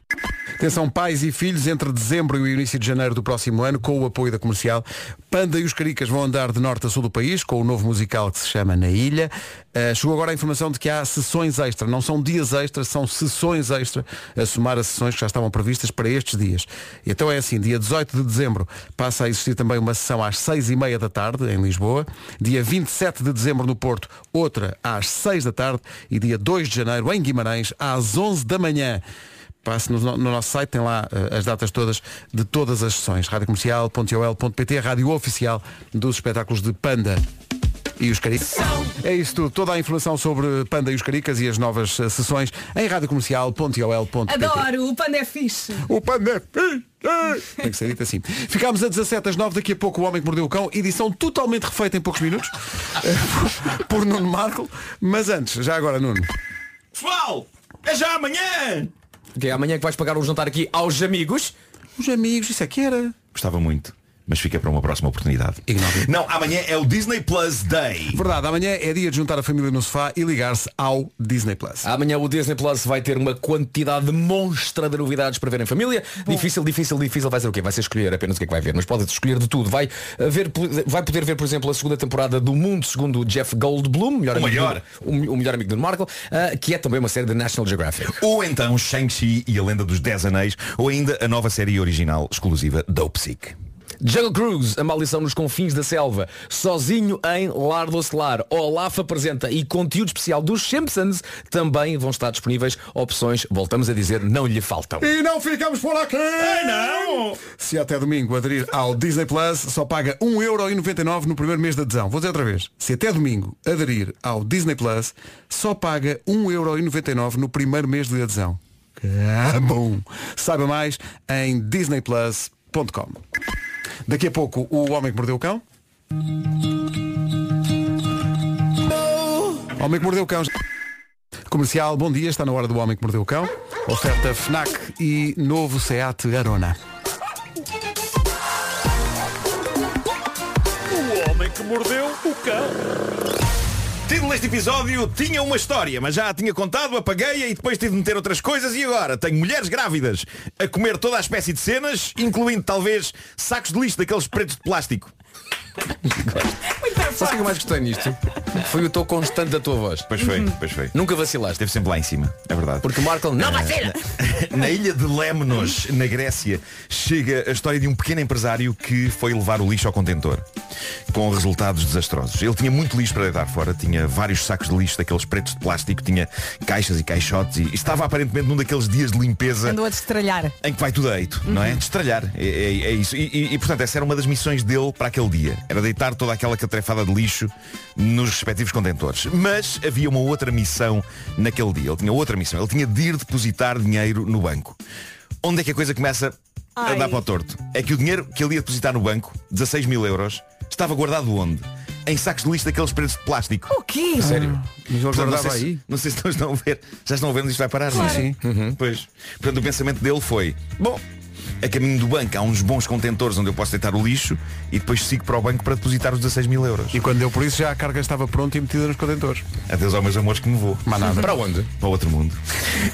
Atenção, pais e filhos, entre dezembro e o início de janeiro do próximo ano, com o apoio da comercial, Panda e os Caricas vão andar de norte a sul do país, com o novo musical que se chama Na Ilha. Eh, chegou agora a informação de que há sessões extra. Não são dias extras, são sessões extra, a somar as sessões que já estavam previstas para estes dias. Então é assim, dia 18 de dezembro passa a existir também uma sessão às 6 e meia da tarde, em Lisboa. Dia 27 de dezembro no Porto, outra às 6 da tarde. E dia 2 de janeiro, em Guimarães, às 11 da manhã. Passe no, no nosso site, tem lá eh, as datas todas de todas as sessões. radiocomercial.ol.pt, a rádio oficial dos espetáculos de Panda e os Caricas. É isso tudo. Toda a informação sobre Panda e os Caricas e as novas eh, sessões em radiocomercial.ol.pt. Adoro, o panda é fixe. O panda é fixe. Tem que ser dito assim. Ficámos a 17 às 9, daqui a pouco o Homem que Mordeu o Cão, edição totalmente refeita em poucos minutos, [LAUGHS] eh, por, por Nuno Marco. Mas antes, já agora Nuno. Pessoal, é já amanhã! Ok, amanhã é que vais pagar um jantar aqui aos amigos. Os amigos, isso é que era. Gostava muito, mas fica para uma próxima oportunidade. Ignore. Não, amanhã é o Disney Plus Day. Verdade, amanhã é dia de juntar a família no sofá e ligar-se ao Disney Plus. Amanhã o Disney Plus vai ter uma quantidade monstra de novidades para ver em família. Difícil, difícil, difícil. Vai ser o quê? Vai ser escolher apenas o que é que vai ver. Mas pode escolher de tudo. Vai, eh, ver, vai poder ver, por exemplo, a segunda temporada do Mundo, segundo o Jeff Goldblum, melhor O amigo maior. do- o, o melhor amigo do Markle, ah, que é também uma série da National Geographic. Ou então Shang-Chi e a Lenda dos Dez Anéis, ou ainda a nova série original exclusiva Dope Sick. Jungle Cruise, a maldição nos confins da selva, sozinho em Lar do Celar. Olaf apresenta e conteúdo especial dos Simpsons também vão estar disponíveis. Opções, voltamos a dizer, não lhe faltam. E não ficamos por aqui! não! Se até domingo aderir ao Disney Plus, só paga 1,99€ no primeiro mês de adesão. Vou dizer outra vez. Se até domingo um aderir ao Disney Plus, só paga 1,99€ no primeiro mês de adesão. que bom. Saiba mais em disneyplus.com. Daqui a pouco, o Homem que Mordeu o Cão. Homem que Mordeu o Cão. Comercial, bom dia, está na hora do Homem que Mordeu o Cão. Oferta FNAC e novo SEAT Arona. Título deste episódio tinha uma história, mas já a tinha contado, apaguei-a e depois tive de meter outras coisas e agora tenho mulheres grávidas a comer toda a espécie de cenas, incluindo talvez sacos de lixo daqueles pretos de plástico. Sabe o que eu mais gostei nisto? Foi o tom constante da tua voz. Pois foi, pois foi. Nunca vacilaste. Esteve sempre lá em cima, é verdade. Porque o Marco não vacila! [LAUGHS] Na ilha de Lemnos, na Grécia, chega a história de um pequeno empresário que foi levar o lixo ao contentor, com resultados desastrosos. Ele tinha muito lixo para deitar fora, tinha vários sacos de lixo daqueles pretos de plástico, tinha caixas e caixotes e estava aparentemente num daqueles dias de limpeza Andou a destralhar. em que vai tudo a eito, não é? Destralhar. É, é- é isso. E, e- e, portanto, essa era uma das missões dele para aquele dia. Era deitar toda aquela catrefada de lixo nos respectivos contentores. Mas havia uma outra missão naquele dia. Ele tinha outra missão. Ele tinha de ir depositar dinheiro no banco. Onde é que a coisa começa a Ai. dar para o torto? É que o dinheiro que ele ia depositar no banco, 16 mil euros, estava guardado onde? Em sacos de lixo daqueles preços de plástico. O quê? Sério. Mas Portanto, não, sei guardava se, aí. não sei se estão a ver. Já estão a ver onde isto vai parar, não é? Sim, Uhum. Pois. Portanto, o pensamento dele foi, bom, a caminho do banco há uns bons contentores onde eu posso deitar o lixo e depois sigo para o banco para depositar os 16 mil euros. E quando deu por isso, já a carga estava pronta e metida nos contentores. Adeus aos meus amores que me vou. Mas nada. Para onde? Para outro mundo.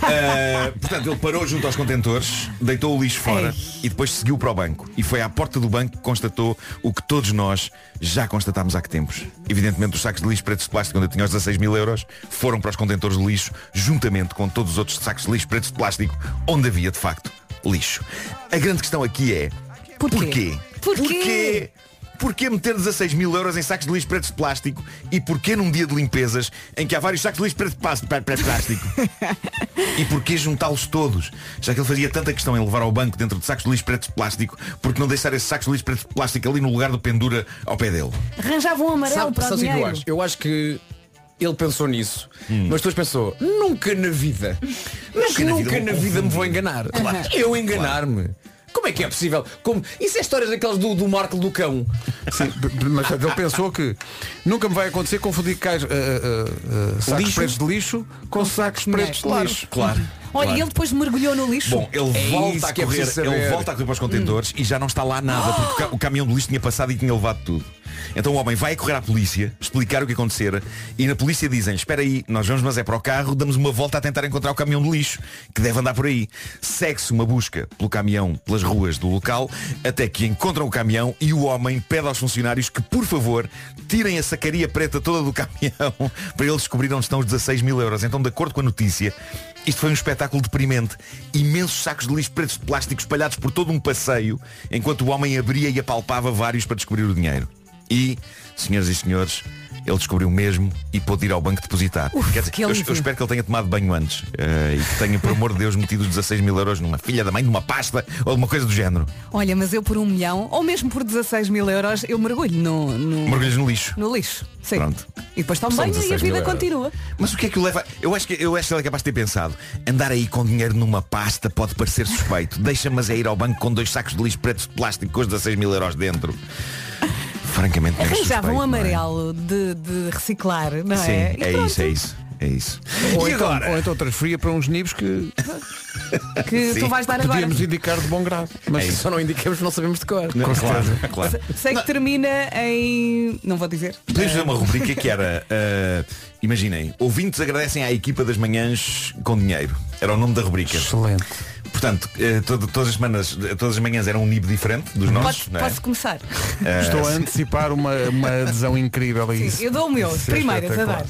Ah, portanto, ele parou junto aos contentores, deitou o lixo fora e depois seguiu para o banco. E foi à porta do banco que constatou o que todos nós já constatámos há que tempos. Evidentemente, os sacos de lixo pretos de plástico, onde eu tinha os 16 mil euros, foram para os contentores de lixo, juntamente com todos os outros sacos de lixo pretos de plástico, onde havia, de facto, lixo. A grande questão aqui é... Porquê? Porquê? Porquê? Porquê? Porquê meter 16 mil euros em sacos de lixo pretos de plástico? E porquê num dia de limpezas em que há vários sacos de lixo pretos de plas- pré- pré- plástico? e porquê juntá-los todos? Já que ele fazia tanta questão em levar ao banco dentro de sacos de lixo pretos de plástico, porque não deixar esses sacos de lixo pretos de plástico ali no lugar do pendura ao pé dele? Arranjava um amarelo Sabe, para o sabe o que é que eu dinheiro. acho? Eu acho que ele pensou nisso, mas depois pensou, nunca na vida, mas Hum. na nunca vida na eu- vida me vou enganar. Eu enganar-me. Como é que é possível? Como... Isso é histórias daqueles do, do Marco do Cão. Sim, b- b- mas ele pensou que nunca me vai acontecer confundir cais, ah, ah, ah, sacos Lixo. pretos de lixo com sacos pretos de lixo. Claro. É Olha, e ele depois mergulhou no lixo. Bom, ele É isso volta a que é correr, preciso saber. Hum. ele volta a correr para os contentores e já não está lá nada, porque o ca- o caminhão do lixo tinha passado e tinha levado tudo. Então o homem vai correr à polícia, explicar o que acontecera, e na polícia dizem, espera aí, nós vamos mas é para o carro, damos uma volta a tentar encontrar o caminhão de lixo, que deve andar por aí. Segue-se uma busca pelo caminhão, pelas ruas do local, até que encontram o caminhão e o homem pede aos funcionários que, por favor, tirem a sacaria preta toda do [LAUGHS] caminhão para eles descobrir onde estão os 16 mil euros. Então, de acordo com a notícia, isto foi um espetáculo deprimente. Imensos sacos de lixo pretos de plástico espalhados por todo um passeio, enquanto o homem abria e apalpava vários para descobrir o dinheiro. E, senhoras e senhores, ele descobriu mesmo e pôde ir ao banco depositar. Quer dizer, que eu, eu alívio. espero que ele tenha tomado banho antes eh, e que tenha, por amor de Deus, metido os 16 mil euros numa filha da mãe, numa pasta ou alguma coisa do género. Olha, mas eu por um milhão, ou mesmo por 16 mil euros, eu mergulho no, no, Mergulhos no lixo. no lixo. Sim. Pronto. E depois tomo São banho e a 16 mil vida euros. continua. Mas o que é que o leva? Eu acho que, eu acho que ele é capaz de ter pensado. Andar aí com dinheiro numa pasta pode parecer suspeito. Deixa-me mas é ir ao banco com dois sacos de lixo pretos de plástico com os 16 mil euros dentro. Francamente, menos Arranjava suspeito, um não é? amarelo de, de reciclar, não Sim, é? é, E isso, é isso. É isso. Ou, e então, agora? ou então transferia para uns nibos que Que tu Sim. vais dar agora. podíamos indicar de bom grado. Mas É isso. Só não indiquemos, não sabemos de cor. Não, claro, claro. Sei que termina em. Não vou dizer. Podíamos fazer uma rubrica que era ah, Imaginem, ouvintes agradecem à equipa das manhãs com dinheiro Era o nome da rubrica Excelente. Portanto, eh, todo- todas, as semanas, todas as manhãs era um nibo diferente dos nossos Pode- não é? Posso começar? Eh, Estou a antecipar uma, uma adesão incrível a Sim, isso. eu dou o meu. Isso é Primeiras a dar.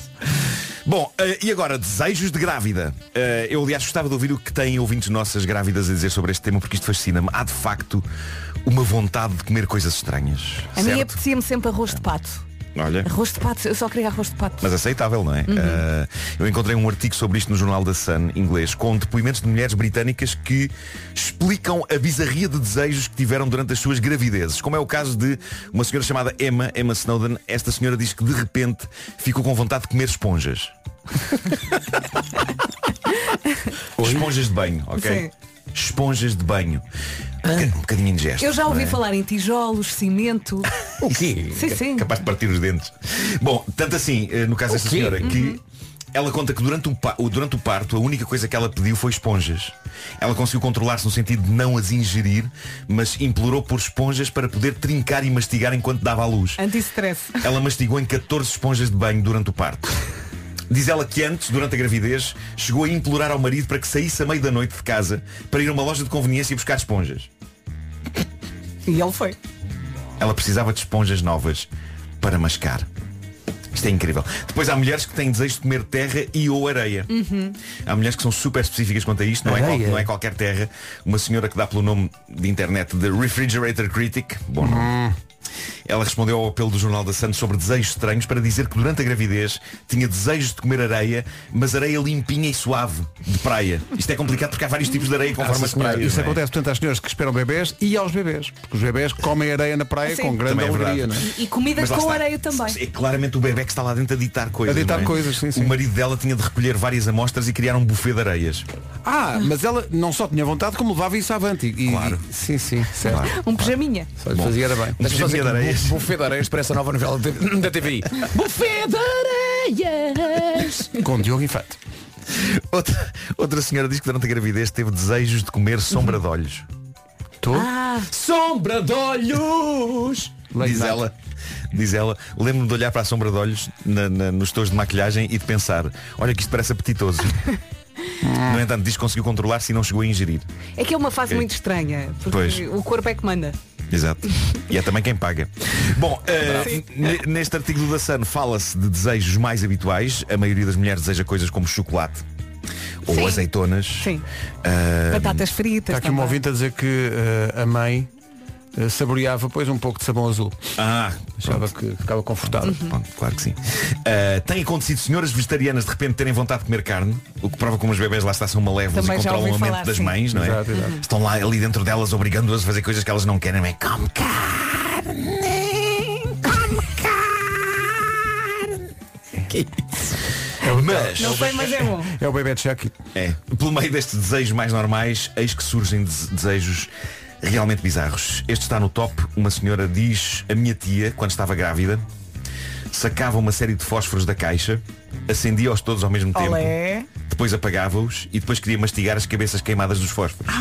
Bom, eh, e agora, desejos de grávida. Eh, eu, aliás, gostava de ouvir o que têm ouvintes nossas grávidas a dizer sobre este tema, porque isto fascina-me. Há, de facto, uma vontade de comer coisas estranhas. A mim certo? apetecia-me sempre arroz de pato. Olha. Arroz de pato, eu só queria arroz de pato. Mas aceitável, não é? Uhum. Eh, eu encontrei um artigo sobre isto no jornal da Sun, inglês, com depoimentos de mulheres britânicas que explicam a bizarria de desejos que tiveram durante as suas gravidezes. Como é o caso de uma senhora chamada Emma, Emma Snowden. Esta senhora diz que de repente ficou com vontade de comer esponjas. Esponjas de banho, ok? Esponjas de banho. Um boca- Um bocadinho indigesto. Eu já ouvi não é? falar em tijolos, cimento. [LAUGHS] O quê? Sim, sim. Capaz de partir os dentes. Bom, tanto assim, eh, no caso desta senhora, Hum? que ela conta que durante o, pa- o- durante o parto a única coisa que ela pediu foi esponjas. Ela conseguiu controlar-se no sentido de não as ingerir, mas implorou por esponjas para poder trincar e mastigar enquanto dava à [LAUGHS] luz. Anti-stress. Ela mastigou em 14 esponjas de banho durante o parto. Diz ela que antes, durante a gravidez, chegou a implorar ao marido para que saísse a meio da noite de casa para ir a uma loja de conveniência e buscar esponjas. E ele foi. Ela precisava de esponjas novas para mascar. Isto é incrível. Depois há mulheres que têm desejo de comer terra e ou areia. Há mulheres que são super específicas quanto a isto, não é, qual- não é qualquer terra. Uma senhora que dá pelo nome de internet de Refrigerator Critic, bom nome. Ela respondeu ao apelo do Jornal da Santos sobre desejos estranhos para dizer que durante a gravidez tinha desejos de comer areia, mas areia limpinha e suave, de praia. Isto é complicado porque há vários tipos de areia com formas de Senhora, praia. Isto não é? acontece tanto às senhoras que esperam bebês e aos bebês. Porque os bebês comem areia na praia Sim. com grande Também é alegria. verdade. não é? E comida Mas lá com está. areia também. É claramente o bebê que está lá dentro a ditar coisas. A ditar não é? coisas, sim, sim. O marido dela tinha de recolher várias amostras e criar um buffet de areias. Ah, mas ela não só tinha vontade, como levava isso avante. E, Claro. e- sim, sim, certo. Um pijaminha. Só lhe fazia era bem. Mas Deixa-me só dizer de que areias. bu- Buffet de areias para essa nova novela da TV da [LAUGHS] TVI. Buffet de areias. Com Diogo Infante. [LAUGHS] Outra, outra senhora diz que durante a gravidez teve desejos de comer sombra de olhos. Tu? Ah. Sombra de olhos. Late diz night. ela, diz ela, lembro-me de olhar para a sombra de olhos na- na- nos tons de maquilhagem e de pensar, olha que isto parece [LAUGHS] apetitoso. no entanto, diz que conseguiu controlar-se e não chegou a ingerir. É que é uma fase Ok. muito estranha. Porque Pois. o corpo é que manda. Exato. E é também quem paga. Bom, eh, ne- neste artigo do Sun fala-se de desejos mais habituais. A maioria das mulheres deseja coisas como chocolate. Ou Sim. azeitonas. Sim. Eh, Batatas fritas. Está aqui uma também. ouvinte a dizer que eh, a mãe eh, saboreava, pois, um pouco de sabão azul. ah, Achava que ficava confortável. Uhum. Bom, claro que sim. Ah, tem acontecido senhoras vegetarianas de repente terem vontade de comer carne, o que prova como os bebés lá está são malévolos Também e já controlam ouvi a mente falar, assim. das sim. mães, não é? Exato, exato. Uhum. Estão lá ali dentro delas obrigando-as a fazer coisas que elas não querem. É come carne, come carne. Que isso? Mas, Não sei, [LAUGHS] mas é bom. É o bebê de Chucky. é, pelo meio destes desejos mais normais, eis que surgem des- desejos realmente bizarros. Este está no top. Uma senhora diz, a minha tia, quando estava grávida, sacava uma série de fósforos da caixa, acendia-os todos ao mesmo tempo, Olé. depois apagava-os e depois queria mastigar as cabeças queimadas dos fósforos.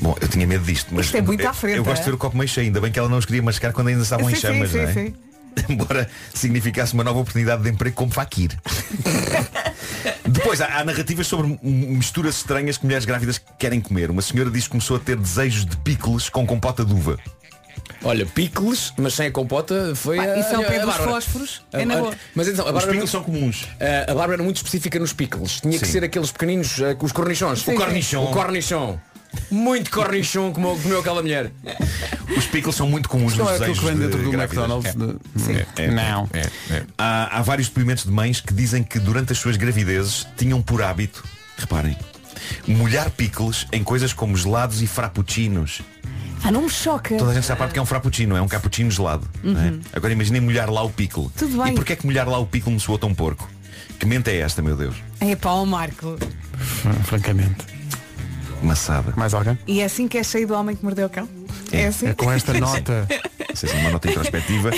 Bom, eu tinha medo disto, mas Ah. Isto é muito à eu- frente, eu gosto é? de ver o copo meio cheio, ainda bem que ela não os queria mascar quando ainda estavam em Sim, sim, chamas, sim, não é? sim. [LAUGHS] Embora significasse uma nova oportunidade de emprego como faquir. [LAUGHS] Depois, há, há narrativas sobre m- misturas estranhas que mulheres grávidas querem comer. Uma senhora diz que começou a ter desejos de picles com compota de uva. Olha, picles, mas sem a compota foi. Pá, a- isso é o pé a dos Bárbara. fósforos, A- é na a- boa. Mas então, a Os Bárbara, picles são comuns. Eh, a- a Bárbara era muito específica nos picles. Tinha que Sim. ser aqueles pequeninos, eh, com os cornichons. O cornichon. O cornichon. Muito cornichon como comeu aquela mulher. Os picles são muito comuns Isto não nos é aquilo que desejos vem de dentro do grávidas. McDonald's. É. de- É, é, Não. Há, há vários depoimentos de mães que dizem que durante as suas gravidezes tinham por hábito, reparem, molhar picles em coisas como gelados e frappuccinos. Ah, não me choca. Toda a gente sabe que é um frappuccino, é um cappuccino gelado. não é? Agora imaginem molhar lá o pickle. Uhum. Tudo bem. E porquê é que molhar lá o pickle me soou tão porco? Que mente é esta, meu Deus? É pá, o Marco. É, Fran- Francamente. Maçada. Mais alguém? E é assim que é cheio do homem que mordeu o cão? É, assim? É [LAUGHS] com esta nota. Isso é uma [LAUGHS] nota introspectiva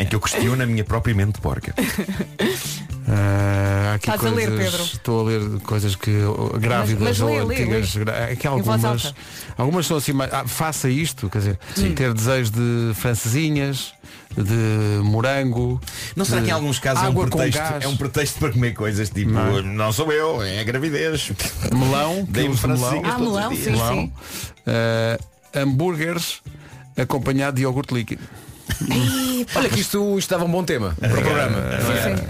em que eu questiono a minha própria mente porca. Ah, há aqui Estás a ler, coisas- Pedro? Estou a ler coisas que oh, grávidas Mas- mas lê, ou lê, antigas. lê. gra- Aqui voz algumas. alta. Algumas são assim, mais- ah, faça isto, quer dizer, ter desejo de francesinhas, de morango. Não será de que em alguns casos é um, água com pretexto, gás, é um pretexto para comer coisas tipo Não. não, sou eu, é a gravidez. melão, Dei-me quilos de melão, francesinhas Ah, todos os melão, dias. sim. melão ah, hambúrgueres acompanhado de iogurte líquido. Olha que isto, isto dava um bom tema Eh, para o programa.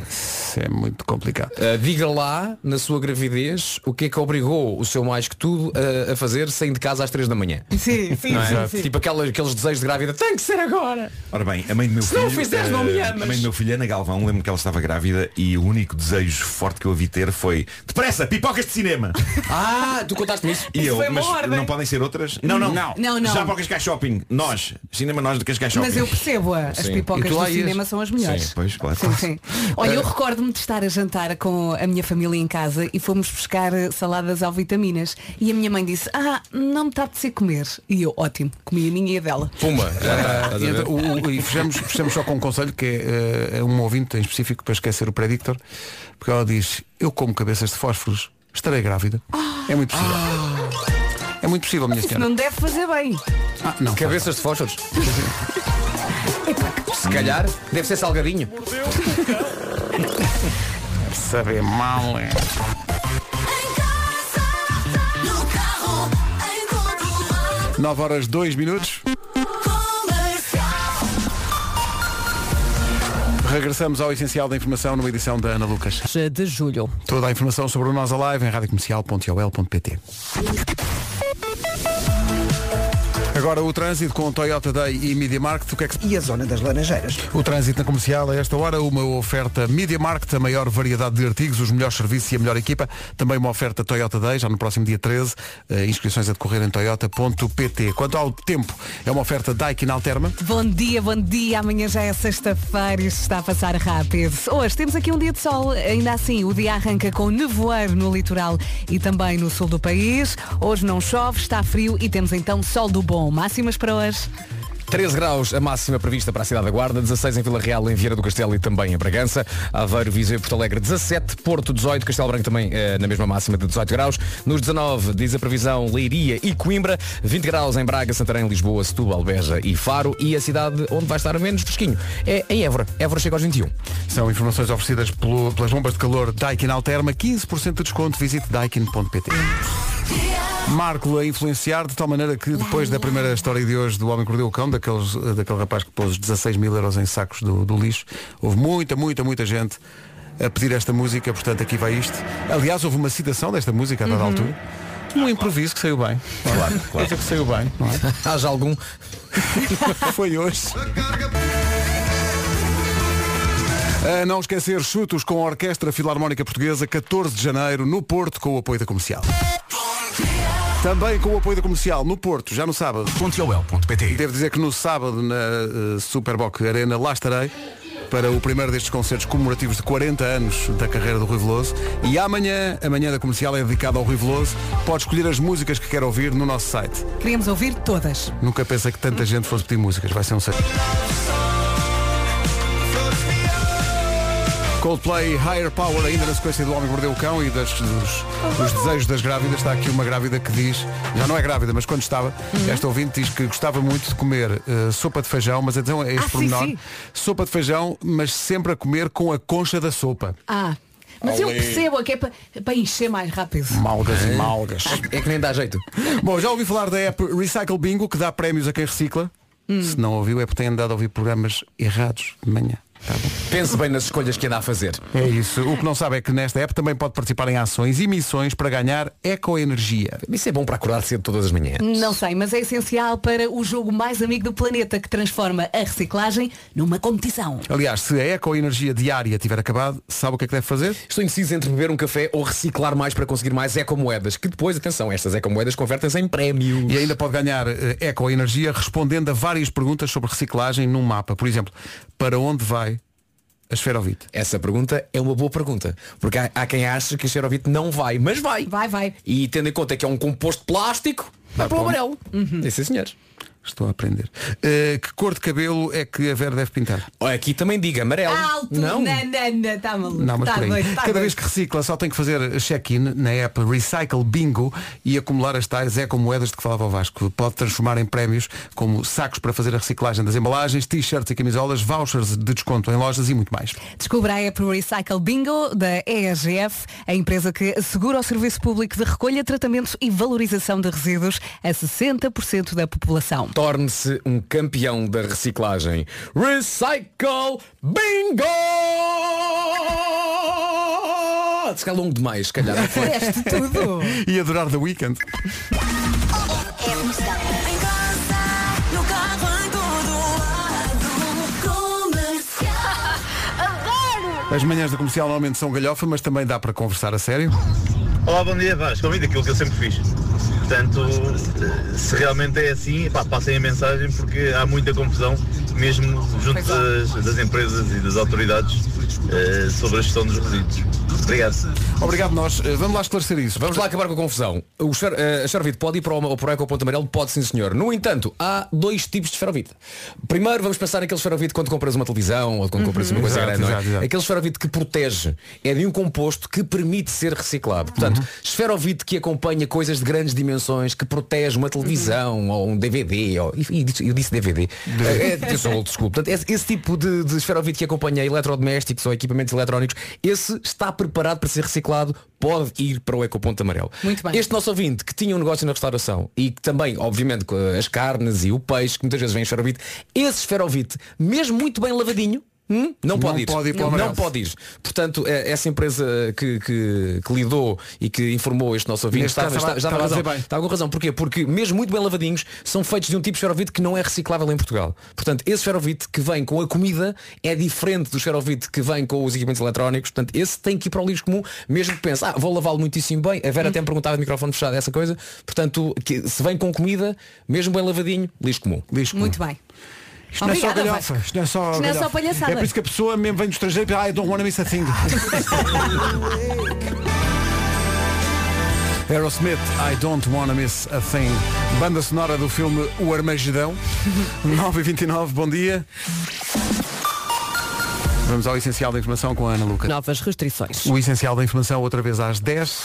Isso é muito complicado. Uh, diga lá, na sua gravidez, o que é que obrigou o seu mais que tudo uh, a fazer saindo de casa às 3 da manhã. Sim, sim, Não é? sim, sim. Tipo aquelas, aqueles desejos de grávida. Tem que ser agora! Ora bem, a mãe do meu Se filho. não fizeres, não me eh, amas. A mãe do meu filho, Ana Galvão, lembro que ela estava grávida e o único desejo forte que eu a vi ter foi depressa, pipocas de cinema! Ah, tu contaste-me isso? E eu, foi uma mas ordem. não podem ser outras? Não, não, não. Não, não. Já para o Cascais Shopping. Nós, cinema nós de Cascais Shopping. Mas eu percebo, as Sim. pipocas E tu do lá ias? cinema são as melhores. Pois, claro. [LAUGHS] Sim, sim. Olha, eu recordo Lembro-me de estar a jantar com a minha família em casa e fomos buscar eh, saladas ao vitaminas. E a minha mãe disse, ah, não me está a apetecer comer. E eu, ótimo, comi a minha e a dela. Puma. Ah, Estás a e ver? então, o- o- e fechamos, fechamos só com um conselho que é, eh, é um ouvinte em específico para esquecer o predictor, porque ela diz, eu como cabeças de fósforos, estarei grávida. É muito possível. É muito possível, minha senhora. Não deve fazer bem. Ah, não. Cabeças de fósforos. Se calhar deve ser salgadinho. Saber mal. é. Nove horas dois minutos. Regressamos ao essencial da informação numa edição da Ana Lucas. De julho. Toda a informação sobre o Nós Alive em radiocomercial.ol.pt Agora o trânsito com o Toyota Day e Media Market. O, que é que... se- E a zona das Laranjeiras? o trânsito na comercial a esta hora, uma oferta Media Market, a maior variedade de artigos, os melhores serviços e a melhor equipa. Também uma oferta Toyota Day, já no próximo dia 13. eh, inscrições a decorrer em toyota.pt. Quanto ao tempo, é uma oferta Daikin Alterma. Bom dia, bom dia. Amanhã já é sexta-feira e isto está a passar rápido. Hoje temos aqui um dia de sol. Ainda assim, o dia arranca com nevoeiro no litoral e também no sul do país. Hoje não chove, está frio e temos então sol do bom. Máximas para hoje. 13 graus a máxima prevista para a cidade da Guarda, 16 em Vila Real, em Vieira do Castelo e também em Bragança, Aveiro, Viseu e Porto Alegre 17, Porto 18, Castelo Branco também eh, na mesma máxima de 18 graus. Nos 19 diz a previsão Leiria e Coimbra, 20 graus em Braga, Santarém, Lisboa, Setúbal, Beja e Faro e a cidade onde vai estar menos fresquinho é em Évora. Évora chega aos 21. São informações oferecidas pelo- pelas bombas de calor Daikin Alterma, 15% de desconto, visite daikin.pt. Marco a influenciar de tal maneira que depois da primeira história de hoje do Homem que Mordeu o Cão, daqueles, eh, daquele rapaz que pôs os 16 mil euros em sacos do, do lixo, houve muita, muita, muita gente a pedir esta música, portanto aqui vai isto. Aliás, houve uma citação desta música a dada altura. Um improviso que saiu bem. Claro, claro. que saiu bem, não é? Haja algum. Foi hoje. A não esquecer chutos com a Orquestra Filarmónica Portuguesa, 14 de janeiro, no Porto, com o apoio da comercial. Também com o apoio da comercial, no Porto, já no sábado. Devo dizer que no sábado, na eh, Superboc Arena, lá estarei para o primeiro destes concertos comemorativos de 40 anos da carreira do Rui Veloso. E amanhã, amanhã da comercial é dedicada ao Rui Veloso. Pode escolher as músicas que quer ouvir no nosso site. Queremos ouvir todas. Nunca pensei que tanta gente fosse pedir músicas. Vai ser um set. Coldplay Higher Power, ainda na sequência do Homem que Mordeu o Cão e das, dos, dos desejos das grávidas, está aqui uma grávida que diz, já não é grávida, mas quando estava, Uhum. esta ouvinte diz que gostava muito de comer eh, sopa de feijão, mas atenção a este Ah, sim, pormenor, sim. sopa de feijão, mas sempre a comer com a concha da sopa. Ah, mas eu percebo é que é para, para encher mais rápido. Malgas Ah. e malgas. É que nem dá jeito. Bom, já ouvi falar da app Recycle Bingo, que dá prémios a quem recicla. Se não ouviu, é porque tem andado a ouvir programas errados de manhã. Tá bom. Pense bem nas escolhas que anda a fazer. É isso. O que não sabe é que nesta app também pode participar em ações e missões para ganhar ecoenergia. Isso é bom para acordar cedo todas as manhãs. Não sei, mas é essencial para o jogo mais amigo do planeta que transforma a reciclagem numa competição. Aliás, se a ecoenergia diária tiver acabado, sabe o que é que deve fazer? Estou indeciso entre beber um café ou reciclar mais para conseguir mais ecomoedas, que depois, atenção, estas ecomoedas convertem-se em prémios. E ainda pode ganhar eh, ecoenergia respondendo a várias perguntas sobre reciclagem num mapa. Por exemplo, para onde vai a esferovite? Essa pergunta é uma boa pergunta, porque há, há quem ache que a xerovite não vai, mas vai. Vai, vai. E tendo em conta que é um composto plástico, vai para o amarelo. Uhum. Sim, senhores. Estou a aprender. Eh, que cor de cabelo é que a Vera deve pintar? Aqui também diga amarelo. Alto, né? não. nanana, está maluco. Não, mas tá por aí. doido, tá Cada doido. vez que recicla só tem que fazer check-in na app Recycle Bingo e acumular as tais ecomoedas de que falava o Vasco. Pode transformar em prémios como sacos para fazer a reciclagem das embalagens, t-shirts e camisolas, vouchers de desconto em lojas e muito mais. Descubra a app Recycle Bingo da ESGF, a empresa que assegura o serviço público de recolha, tratamento e valorização de resíduos a 60% da população. Torne-se um campeão da reciclagem. Recycle Bingo! Se calhar longo demais, se calhar. Fizeste tudo. E adorar The Weekend. As manhãs da comercial normalmente são galhofa, mas também dá para conversar a sério. Olá, bom dia, Vasco. Ouvi daquilo que eu sempre fiz. Portanto, se realmente é assim, pá, passem a mensagem porque há muita confusão muito mesmo junto das, das empresas e das autoridades eh, sobre a gestão dos resíduos. Obrigado. Obrigado, nós. Eh, Vamos lá esclarecer isso. Vamos lá acabar com a confusão. O xer- eh, a xerovite pode ir para o, para o ecoponto amarelo? Pode sim, senhor. No entanto, há dois tipos de xerovite. Primeiro, vamos pensar naquele xerovite quando compras uma televisão ou quando compras uma coisa Exato, grande. não é? exato, exato. Aquele esferovite que protege é de um composto que permite ser reciclado. Portanto, esferovite que acompanha coisas de grandes dimensões, que protege uma televisão ou um DVD. Ou, e- e disse- eu disse DVD. É, é, eu sou old school. Portanto, esse, esse tipo de, de esferovite que acompanha eletrodomésticos ou equipamentos eletrónicos, esse está preparado para ser reciclado, pode ir para o ecoponto amarelo. Muito bem. Este nosso ouvinte que tinha um negócio na restauração e que também, obviamente, com as carnes e o peixe, que muitas vezes vem esferovite, esse esferovite, mesmo muito bem lavadinho, hum, não pode Não ir. pode ir para o não, amarelo. não pode ir. Portanto, eh, essa empresa que, que- que lidou e que informou este nosso ouvinte Neste estava, caso, estava, estava a estava, dizer razão. bem. estava com razão. Porquê? Porque mesmo muito bem lavadinhos são feitos de um tipo de esferovite que não é reciclável em Portugal. Portanto, esse esferovite que vem com a comida é diferente do esferovite que vem com os equipamentos eletrónicos. Portanto, esse tem que ir para o lixo comum, mesmo que pense, ah, vou lavá-lo muitíssimo bem. A Vera Hum. até me perguntava de microfone fechado essa coisa. Portanto, que, se vem com comida, mesmo bem lavadinho, lixo comum. Disco. Muito bem. Isto não é só Obrigada, galhofa. Isto não é só, Isto não é só galhofa. palhaçada. É por isso que a pessoa mesmo vem do estrangeiro e pensa, ah, I don't wanna miss a thing. [LAUGHS] Aerosmith, I don't wanna miss a thing. Banda sonora do filme O Armagedão. [LAUGHS] 9h29, bom dia. Vamos ao essencial da informação com a Ana Lucas. Novas restrições. O essencial da informação outra vez às 10.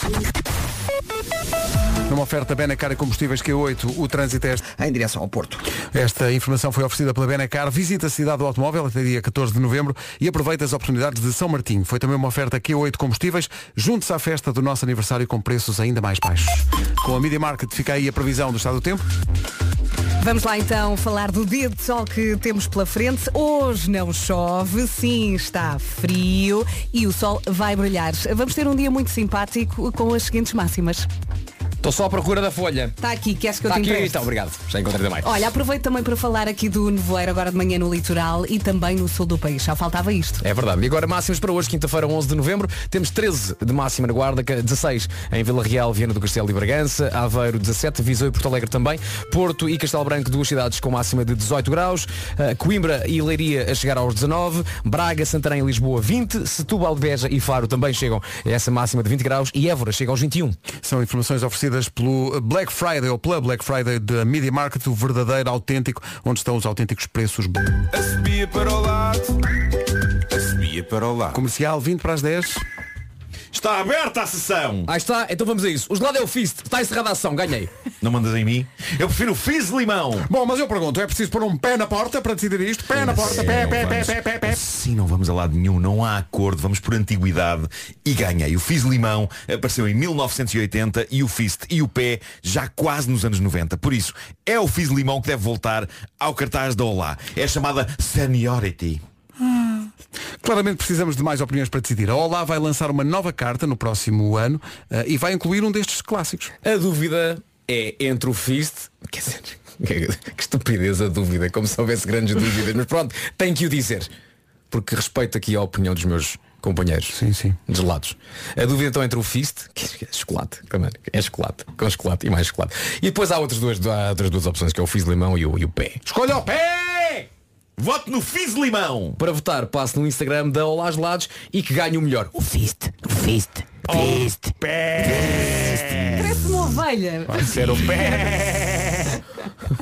Numa oferta Benacar e Combustíveis Q8, o trânsito é este. Em direção ao Porto. Esta informação foi oferecida pela Benacar. Visita a cidade do automóvel até dia 14 de novembro e aproveita as oportunidades de São Martinho. Foi também uma oferta Q8 Combustíveis. Junte-se à festa do nosso aniversário com preços ainda mais baixos. Com a Media Market fica aí a previsão do estado do tempo. Vamos lá então falar do dia de sol que temos pela frente. Hoje não chove, sim, está frio e o sol vai brilhar. Vamos ter um dia muito simpático com as seguintes máximas. Estou só à procura da folha. Está aqui, queres que eu Está te Tá aqui, empreste? então. está, obrigado. Já encontrei também. Olha, aproveito também para falar aqui do nevoeiro agora de manhã no litoral e também no sul do país. Já faltava isto. É verdade. E agora máximas para hoje, quinta-feira, 11 de novembro. Temos 13 de máxima na Guarda, que- 16 em Vila Real, Viana do Castelo e Bragança, Aveiro 17, Viseu e Porto Alegre também, Porto e Castelo Branco, duas cidades com máxima de 18 graus, eh, Coimbra e Leiria a chegar aos 19, Braga, Santarém e Lisboa 20, Setúbal, Beja e Faro também chegam a essa máxima de 20 graus e um. Évora chega aos 21. São informações oferecidas pelo Black Friday ou pela Black Friday da Media Market, o verdadeiro, autêntico, onde estão os autênticos preços. A subia para o lado. A subia para o lado. Comercial 20 para as 10. Está aberta a sessão! Aí está, então vamos a isso. O gelado é o Fist, está encerrada a ação, ganhei. Não mandas em mim? Eu prefiro o Fizz Limão! Bom, mas eu pergunto, é preciso pôr um pé na porta para decidir isto? Pé na porta, pé, não pé, pé, vamos. pé, pé, pé. Assim não vamos a lado nenhum, não há acordo, vamos por antiguidade e ganhei. O Fizz Limão apareceu em 1980 e o Fist e o Pé já quase nos anos 90. Por isso, é o Fizz Limão que deve voltar ao cartaz da Olá. É chamada Seniority. Claramente precisamos de mais opiniões para decidir. A Olá vai lançar uma nova carta no próximo ano eh, e vai incluir um destes clássicos. A dúvida é entre o Fist. Quer dizer, [LAUGHS] que, que estupidez a dúvida, como se houvesse grandes dúvidas. Mas pronto, tenho que o dizer. Porque respeito aqui a opinião dos meus companheiros. Sim, sim. Gelados. A dúvida então entre o Fist, que é chocolate, como é? é chocolate, com chocolate e mais chocolate. E depois há outras duas, há outras duas opções, que é o Fizz Limão e o, e o Pé. Escolha o Pé! Vote no Fizz Limão! Para votar, passe no Instagram da Olá Gelados e que ganhe o melhor. O Fist, o Fist, Oh, o Fist. É. Parece uma ovelha.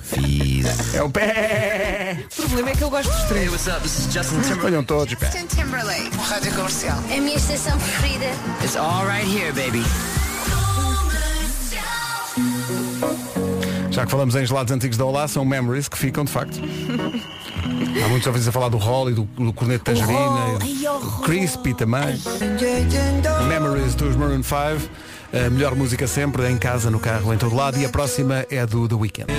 Fizz. É o pé! O problema é que eu gosto dos três. Olham todos, pé. A minha estação preferida. Já que falamos em gelados antigos da Olá, são memories que ficam, de facto. Há muitos ouvintes a falar do Roll e do, do Corneto de Tangerina, e do Crispy também. Memories dos Maroon 5. A melhor música sempre, em casa, no carro, em todo lado. E a próxima é do The Weeknd.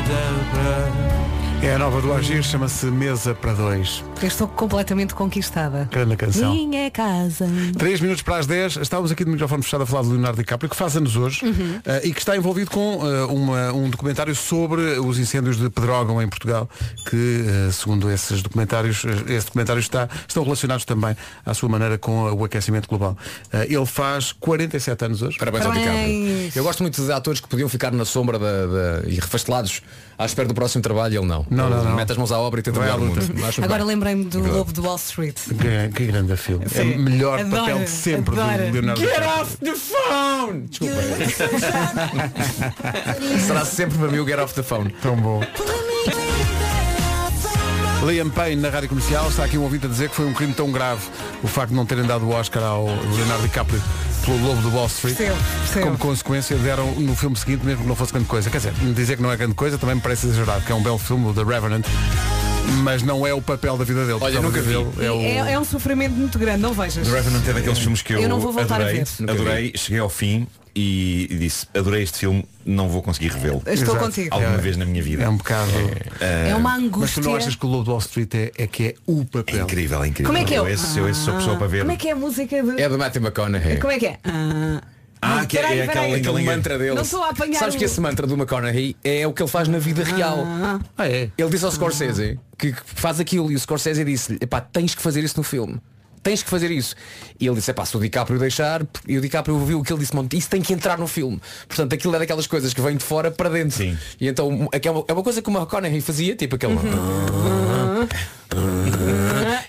É a nova do Agir, chama-se Mesa para Dois. Eu estou completamente conquistada. Grande canção. Minha casa. 3 minutos para as 10, estávamos aqui de microfone fechado a falar de Leonardo DiCaprio, que faz anos hoje eh, e que está envolvido com eh, uma- um documentário sobre os incêndios de Pedrógão em Portugal, que, eh, segundo esses documentários, eh, esse documentário está, estão relacionados também, à sua maneira, com o aquecimento global. Eh, ele faz 47 anos hoje. Parabéns, ao Parabéns. DiCaprio. Eu gosto muito de atores que podiam ficar na sombra da, da- e refastelados à espera do próximo trabalho, ele não. Não, não, não. Mete as mãos à obra e tenta Vai à mudar o luta. mundo. Acho Agora bem. lembrei-me do Verdade. Lobo de Wall Street. Que, que grande filme. É Sim. o melhor Adoro, papel de sempre adoro. do Leonardo Get DiCaprio. off the phone! Desculpa. Será sempre para mim o Get Off the Phone. Tão bom. Liam Payne na rádio comercial está aqui um ouvinte a dizer que foi um crime tão grave o facto de não terem dado o Oscar ao Leonardo DiCaprio pelo Lobo do Wall Street. Percebo, percebo. Como consequência deram no filme seguinte mesmo que não fosse grande coisa. Quer dizer, dizer que não é grande coisa também me parece exagerado, que é um belo filme, o The Revenant, mas não é o papel da vida dele. Olha, O papel da nunca vida vi. dele É o... É, é um sofrimento muito grande, não vejas? The Revenant é daqueles filmes que eu, Eu não vou voltar a adorei, ver. Nunca vi. adorei, cheguei ao fim e disse, adorei este filme, não vou conseguir revê-lo. Estou Exato. contigo. Alguma É. vez na minha vida. É um bocado. É uma Mas tu angústia. não achas que o Lobo do Wall Street é, é que é o É papel? incrível, é incrível. Como é que é? Eu esse, eu esse sou a pessoa Ah, para ver. Como é que é a música de. É do Matthew McConaughey. Como é que é? Ah, Ah, que é- peraí, é aquela- peraí. aquela- Aquele mantra dele. Não estou a apanhar Sabes o- que esse mantra do McConaughey é o que ele faz na vida real. Ah, é. Ele diz ao Scorsese que que faz aquilo e o Scorsese disse-lhe, epá, tens que fazer isso no filme. Tens que fazer isso. E ele disse, epá, se o DiCaprio deixar, e o DiCaprio viu o que ele disse, "Mano, isso tem que entrar no filme. Portanto, aquilo é daquelas coisas que vem de fora para dentro. Sim. E então é que é uma, é uma coisa que o McConaughey fazia, tipo aquele. [LAUGHS]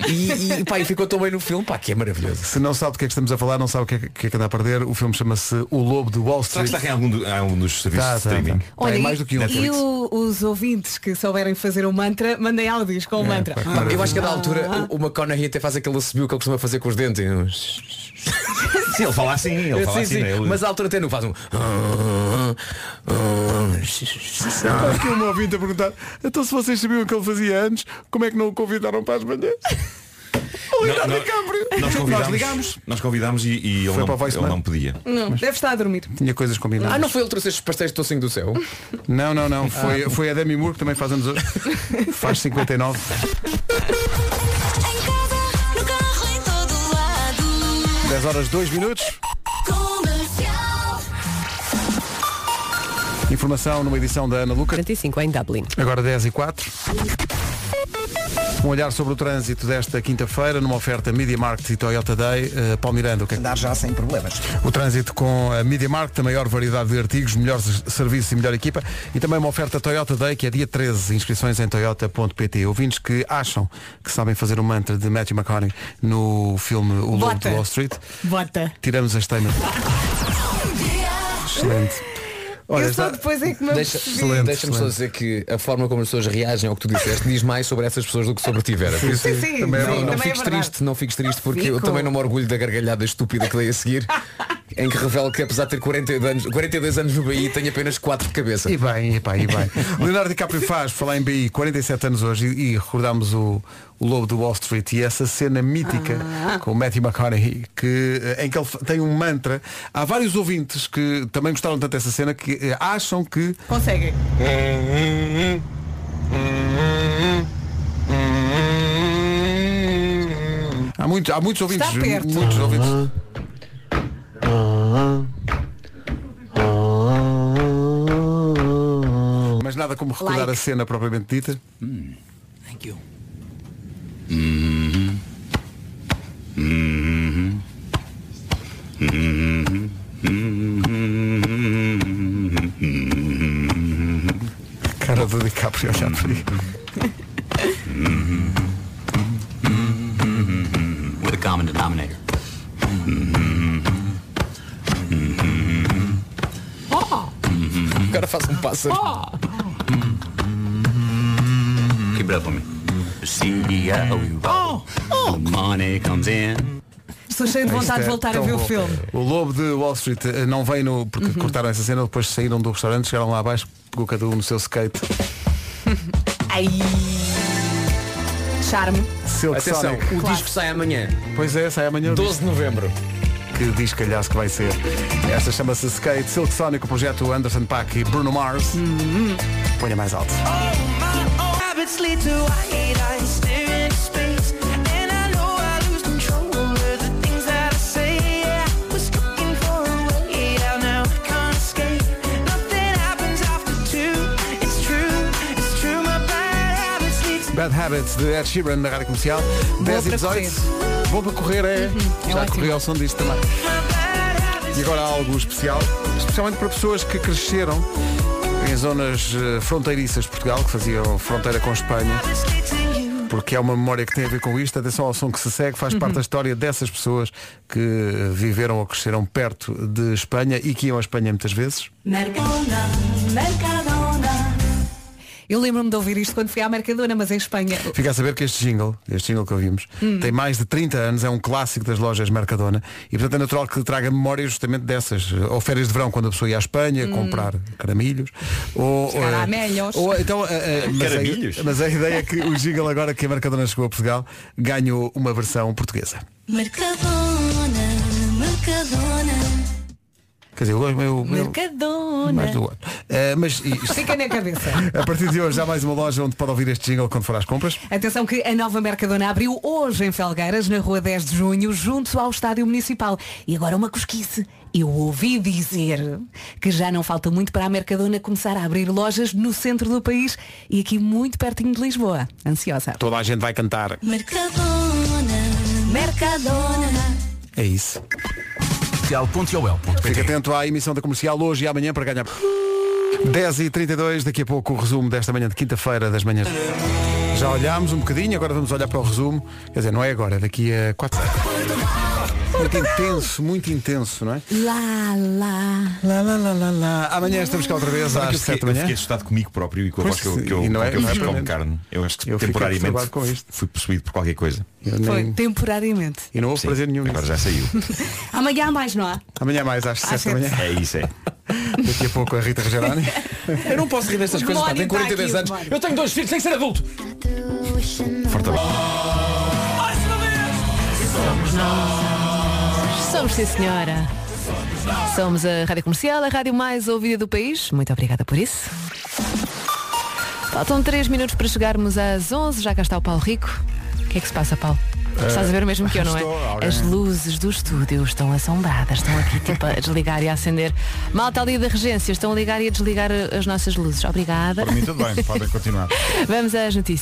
e, e, pá, e ficou tão bem no filme, pá, que é maravilhoso. Se não sabe do que é que estamos a falar, não sabe o que é que, que é que anda a perder, o filme chama-se O Lobo de Wall Será Street. que está em algum, do- em algum dos serviços Tá, de tá, streaming? tá. Tem mais do que um. Ah, E, e o- os ouvintes que souberem fazer o mantra, mandem áudios com o mantra. pá, que Ah. maravilha. Eu acho que a da altura o o McConaughey até faz aquele assobio que ele costuma fazer com os dentes. e uns- Sim, ele fala assim, ele fala Eh, Sim, assim, sim, né? Ele- Mas à altura até não é? faz um. Está aqui um ouvinte a perguntar, então se vocês sabiam o que ele fazia antes, como é que não o convidaram para as manhãs? O Leonardo Não, não- DiCaprio! Nós Nós ligámos. convidámos, nós convidámos e, e ele, Foi para o não, voicemail. ele não podia. Hum. Não, deve estar a dormir. Tinha coisas combinadas. Ah, não foi ele que trouxe estes pastéis de tocinho do céu? Não, não, não. Foi, foi a Demi Moore que também faz anos hoje. faz 59. Em casa, no carro, em todo lado. 10 horas 2 minutos. Comercial. Informação numa edição da Ana Lucas. 45 em Dublin. Agora 10 e 4. Um olhar sobre o trânsito desta quinta-feira numa oferta Media Market e Toyota Day. Uh, Paulo Miranda, o que é que Andar já sem problemas. O trânsito com a Media Market, a maior variedade de artigos, melhores serviços e melhor equipa. E também uma oferta Toyota Day, que é dia 13. Inscrições em toyota.pt. Ouvintes que acham que sabem fazer o mantra de Matthew McConaughey no filme O Lobo de Bota. Wall Street, Bota. tiramos a esteima. Excelente. Olha, eu só está- depois é que me [LAUGHS] Deixa- apercebi. Excelente, Deixa-me só excelente. dizer que a forma como as pessoas reagem ao que tu disseste diz mais sobre essas pessoas do que sobre ti, Vera. Por isso, Sim, sim, também é sim, verdade. não, não também fiques é verdade. triste, não fiques triste, porque eu Fico. também não me orgulho da gargalhada estúpida que dei a seguir, em que revelo que apesar de ter 42 anos, 42 anos no BI, tenho apenas 4 de cabeça. E bem, e bem, e bem. [LAUGHS] Leonardo DiCaprio faz, falar em BI, 47 anos hoje e, e recordámos o, o Lobo do Wall Street e essa cena mítica Ah. com o Matthew McConaughey, que, eh, em que ele fa- tem um mantra. Há vários ouvintes que também gostaram tanto dessa cena que eh, acham que Conseguem. há, muito, há muitos ouvintes. perto. Muitos ouvintes. Mas nada como recordar Like. a cena propriamente dita. Cara do DiCaprio olhar para mim. With a common denominator. Agora faço um pássaro. Keep it up on me. C-E-I-O-U. Oh, oh. The money comes in. Estou cheio de vontade de Isto é voltar a tão ver o bom. filme. Uhum. O lobo de Wall Street eh, não veio no. Porque cortaram essa cena, depois saíram do restaurante, chegaram lá abaixo, pegou cada um no seu skate. Ai. Charme. Silk Atenção, Sonic. o Oh! Claro. disco sai amanhã, Pois é, sai amanhã. 12 de novembro. Que diz calhaço que vai ser. Esta chama-se Skate, Silk Sonic, o projeto Anderson Paak e Bruno Mars. Uhum. Ponha mais alto. Bad Habits de Ed Sheeran na rádio comercial. 10 e para 18. Vou para correr, é. é Já ótimo. corri ao som disto também. E agora há algo especial, especialmente para pessoas que cresceram Em zonas eh, fronteiriças de Portugal, que faziam fronteira com Espanha, porque é uma memória que tem a ver com isto, atenção ao som que se segue, faz parte da história dessas pessoas que eh, viveram ou cresceram perto de Espanha e que iam à Espanha muitas vezes. Mercadona, Eu lembro-me de ouvir isto quando fui à Mercadona, mas em Espanha. Fica a saber que este jingle, este jingle que ouvimos, Hum. tem mais de 30 anos, é um clássico das lojas Mercadona e portanto é natural que traga memórias justamente dessas. Ou férias de verão, quando a pessoa ia à Espanha Hum. comprar caramilhos. Ou, Se calhar eh, há melhores. ou então, eh, eh, mas, Caramilhos? a, mas a ideia é que o jingle agora que a Mercadona chegou a Portugal ganhou uma versão portuguesa. Mercadona, Mercadona, Quer dizer, eu gosto eu- eu- mais do Mercadona. outro. Eh, mas isto- Fica na cabeça. a partir de hoje há mais uma loja onde pode ouvir este jingle quando for às compras. Atenção que a nova Mercadona abriu hoje em Felgueiras, na rua 10 de junho, junto ao Estádio Municipal. E agora uma cosquice. Eu ouvi dizer que já não falta muito para a Mercadona começar a abrir lojas no centro do país e aqui muito pertinho de Lisboa. Ansiosa. Toda a gente vai cantar. Mercadona, Mercadona. É isso. Fique atento à emissão da comercial hoje e amanhã para ganhar. 10h32, daqui a pouco o resumo desta manhã de quinta-feira das manhãs. Já olhámos um bocadinho, agora vamos olhar para o resumo. Quer dizer, não é agora, é daqui a 4 Muito intenso, muito intenso, não é? Lá, lá. Lá, lá, lá, lá, lá. Amanhã estamos cá outra vez Sabe que às eu fiquei- 7 da Eu manhã. fiquei assustado comigo próprio e com a é? Pois voz que eu, sim, que eu, e não é- que eu não é fiz como permanente. carne. Eu acho que Eu fiquei temporariamente perturbado com isto. fui possuído por qualquer coisa. Foi temporariamente. E não houve prazer nenhum. Agora já saiu. Amanhã há mais, não há? Amanhã é mais às 7 da manhã. É isso, é. Daqui a pouco a Rita Rogerani. Eu não posso rir destas coisas, pá, tenho 42 anos. Eu tenho dois filhos, tenho que ser adulto. Forte Somos Somos, sim, senhora. Somos a Rádio Comercial, a rádio mais ouvida do país. Muito obrigada por isso. Faltam 3 minutos para chegarmos às 11. Já cá está o Paulo Rico. O que é que se passa, Paulo? Eh, Estás a ver o mesmo que eu, não é? estou, alguém- As luzes do estúdio estão assombradas, estão aqui tipo a desligar e a acender. Malta ali da regência, estão a ligar e a desligar eh, as nossas luzes. Obrigada. Por mim tudo bem, podem continuar. [LAUGHS] Vamos às notícias.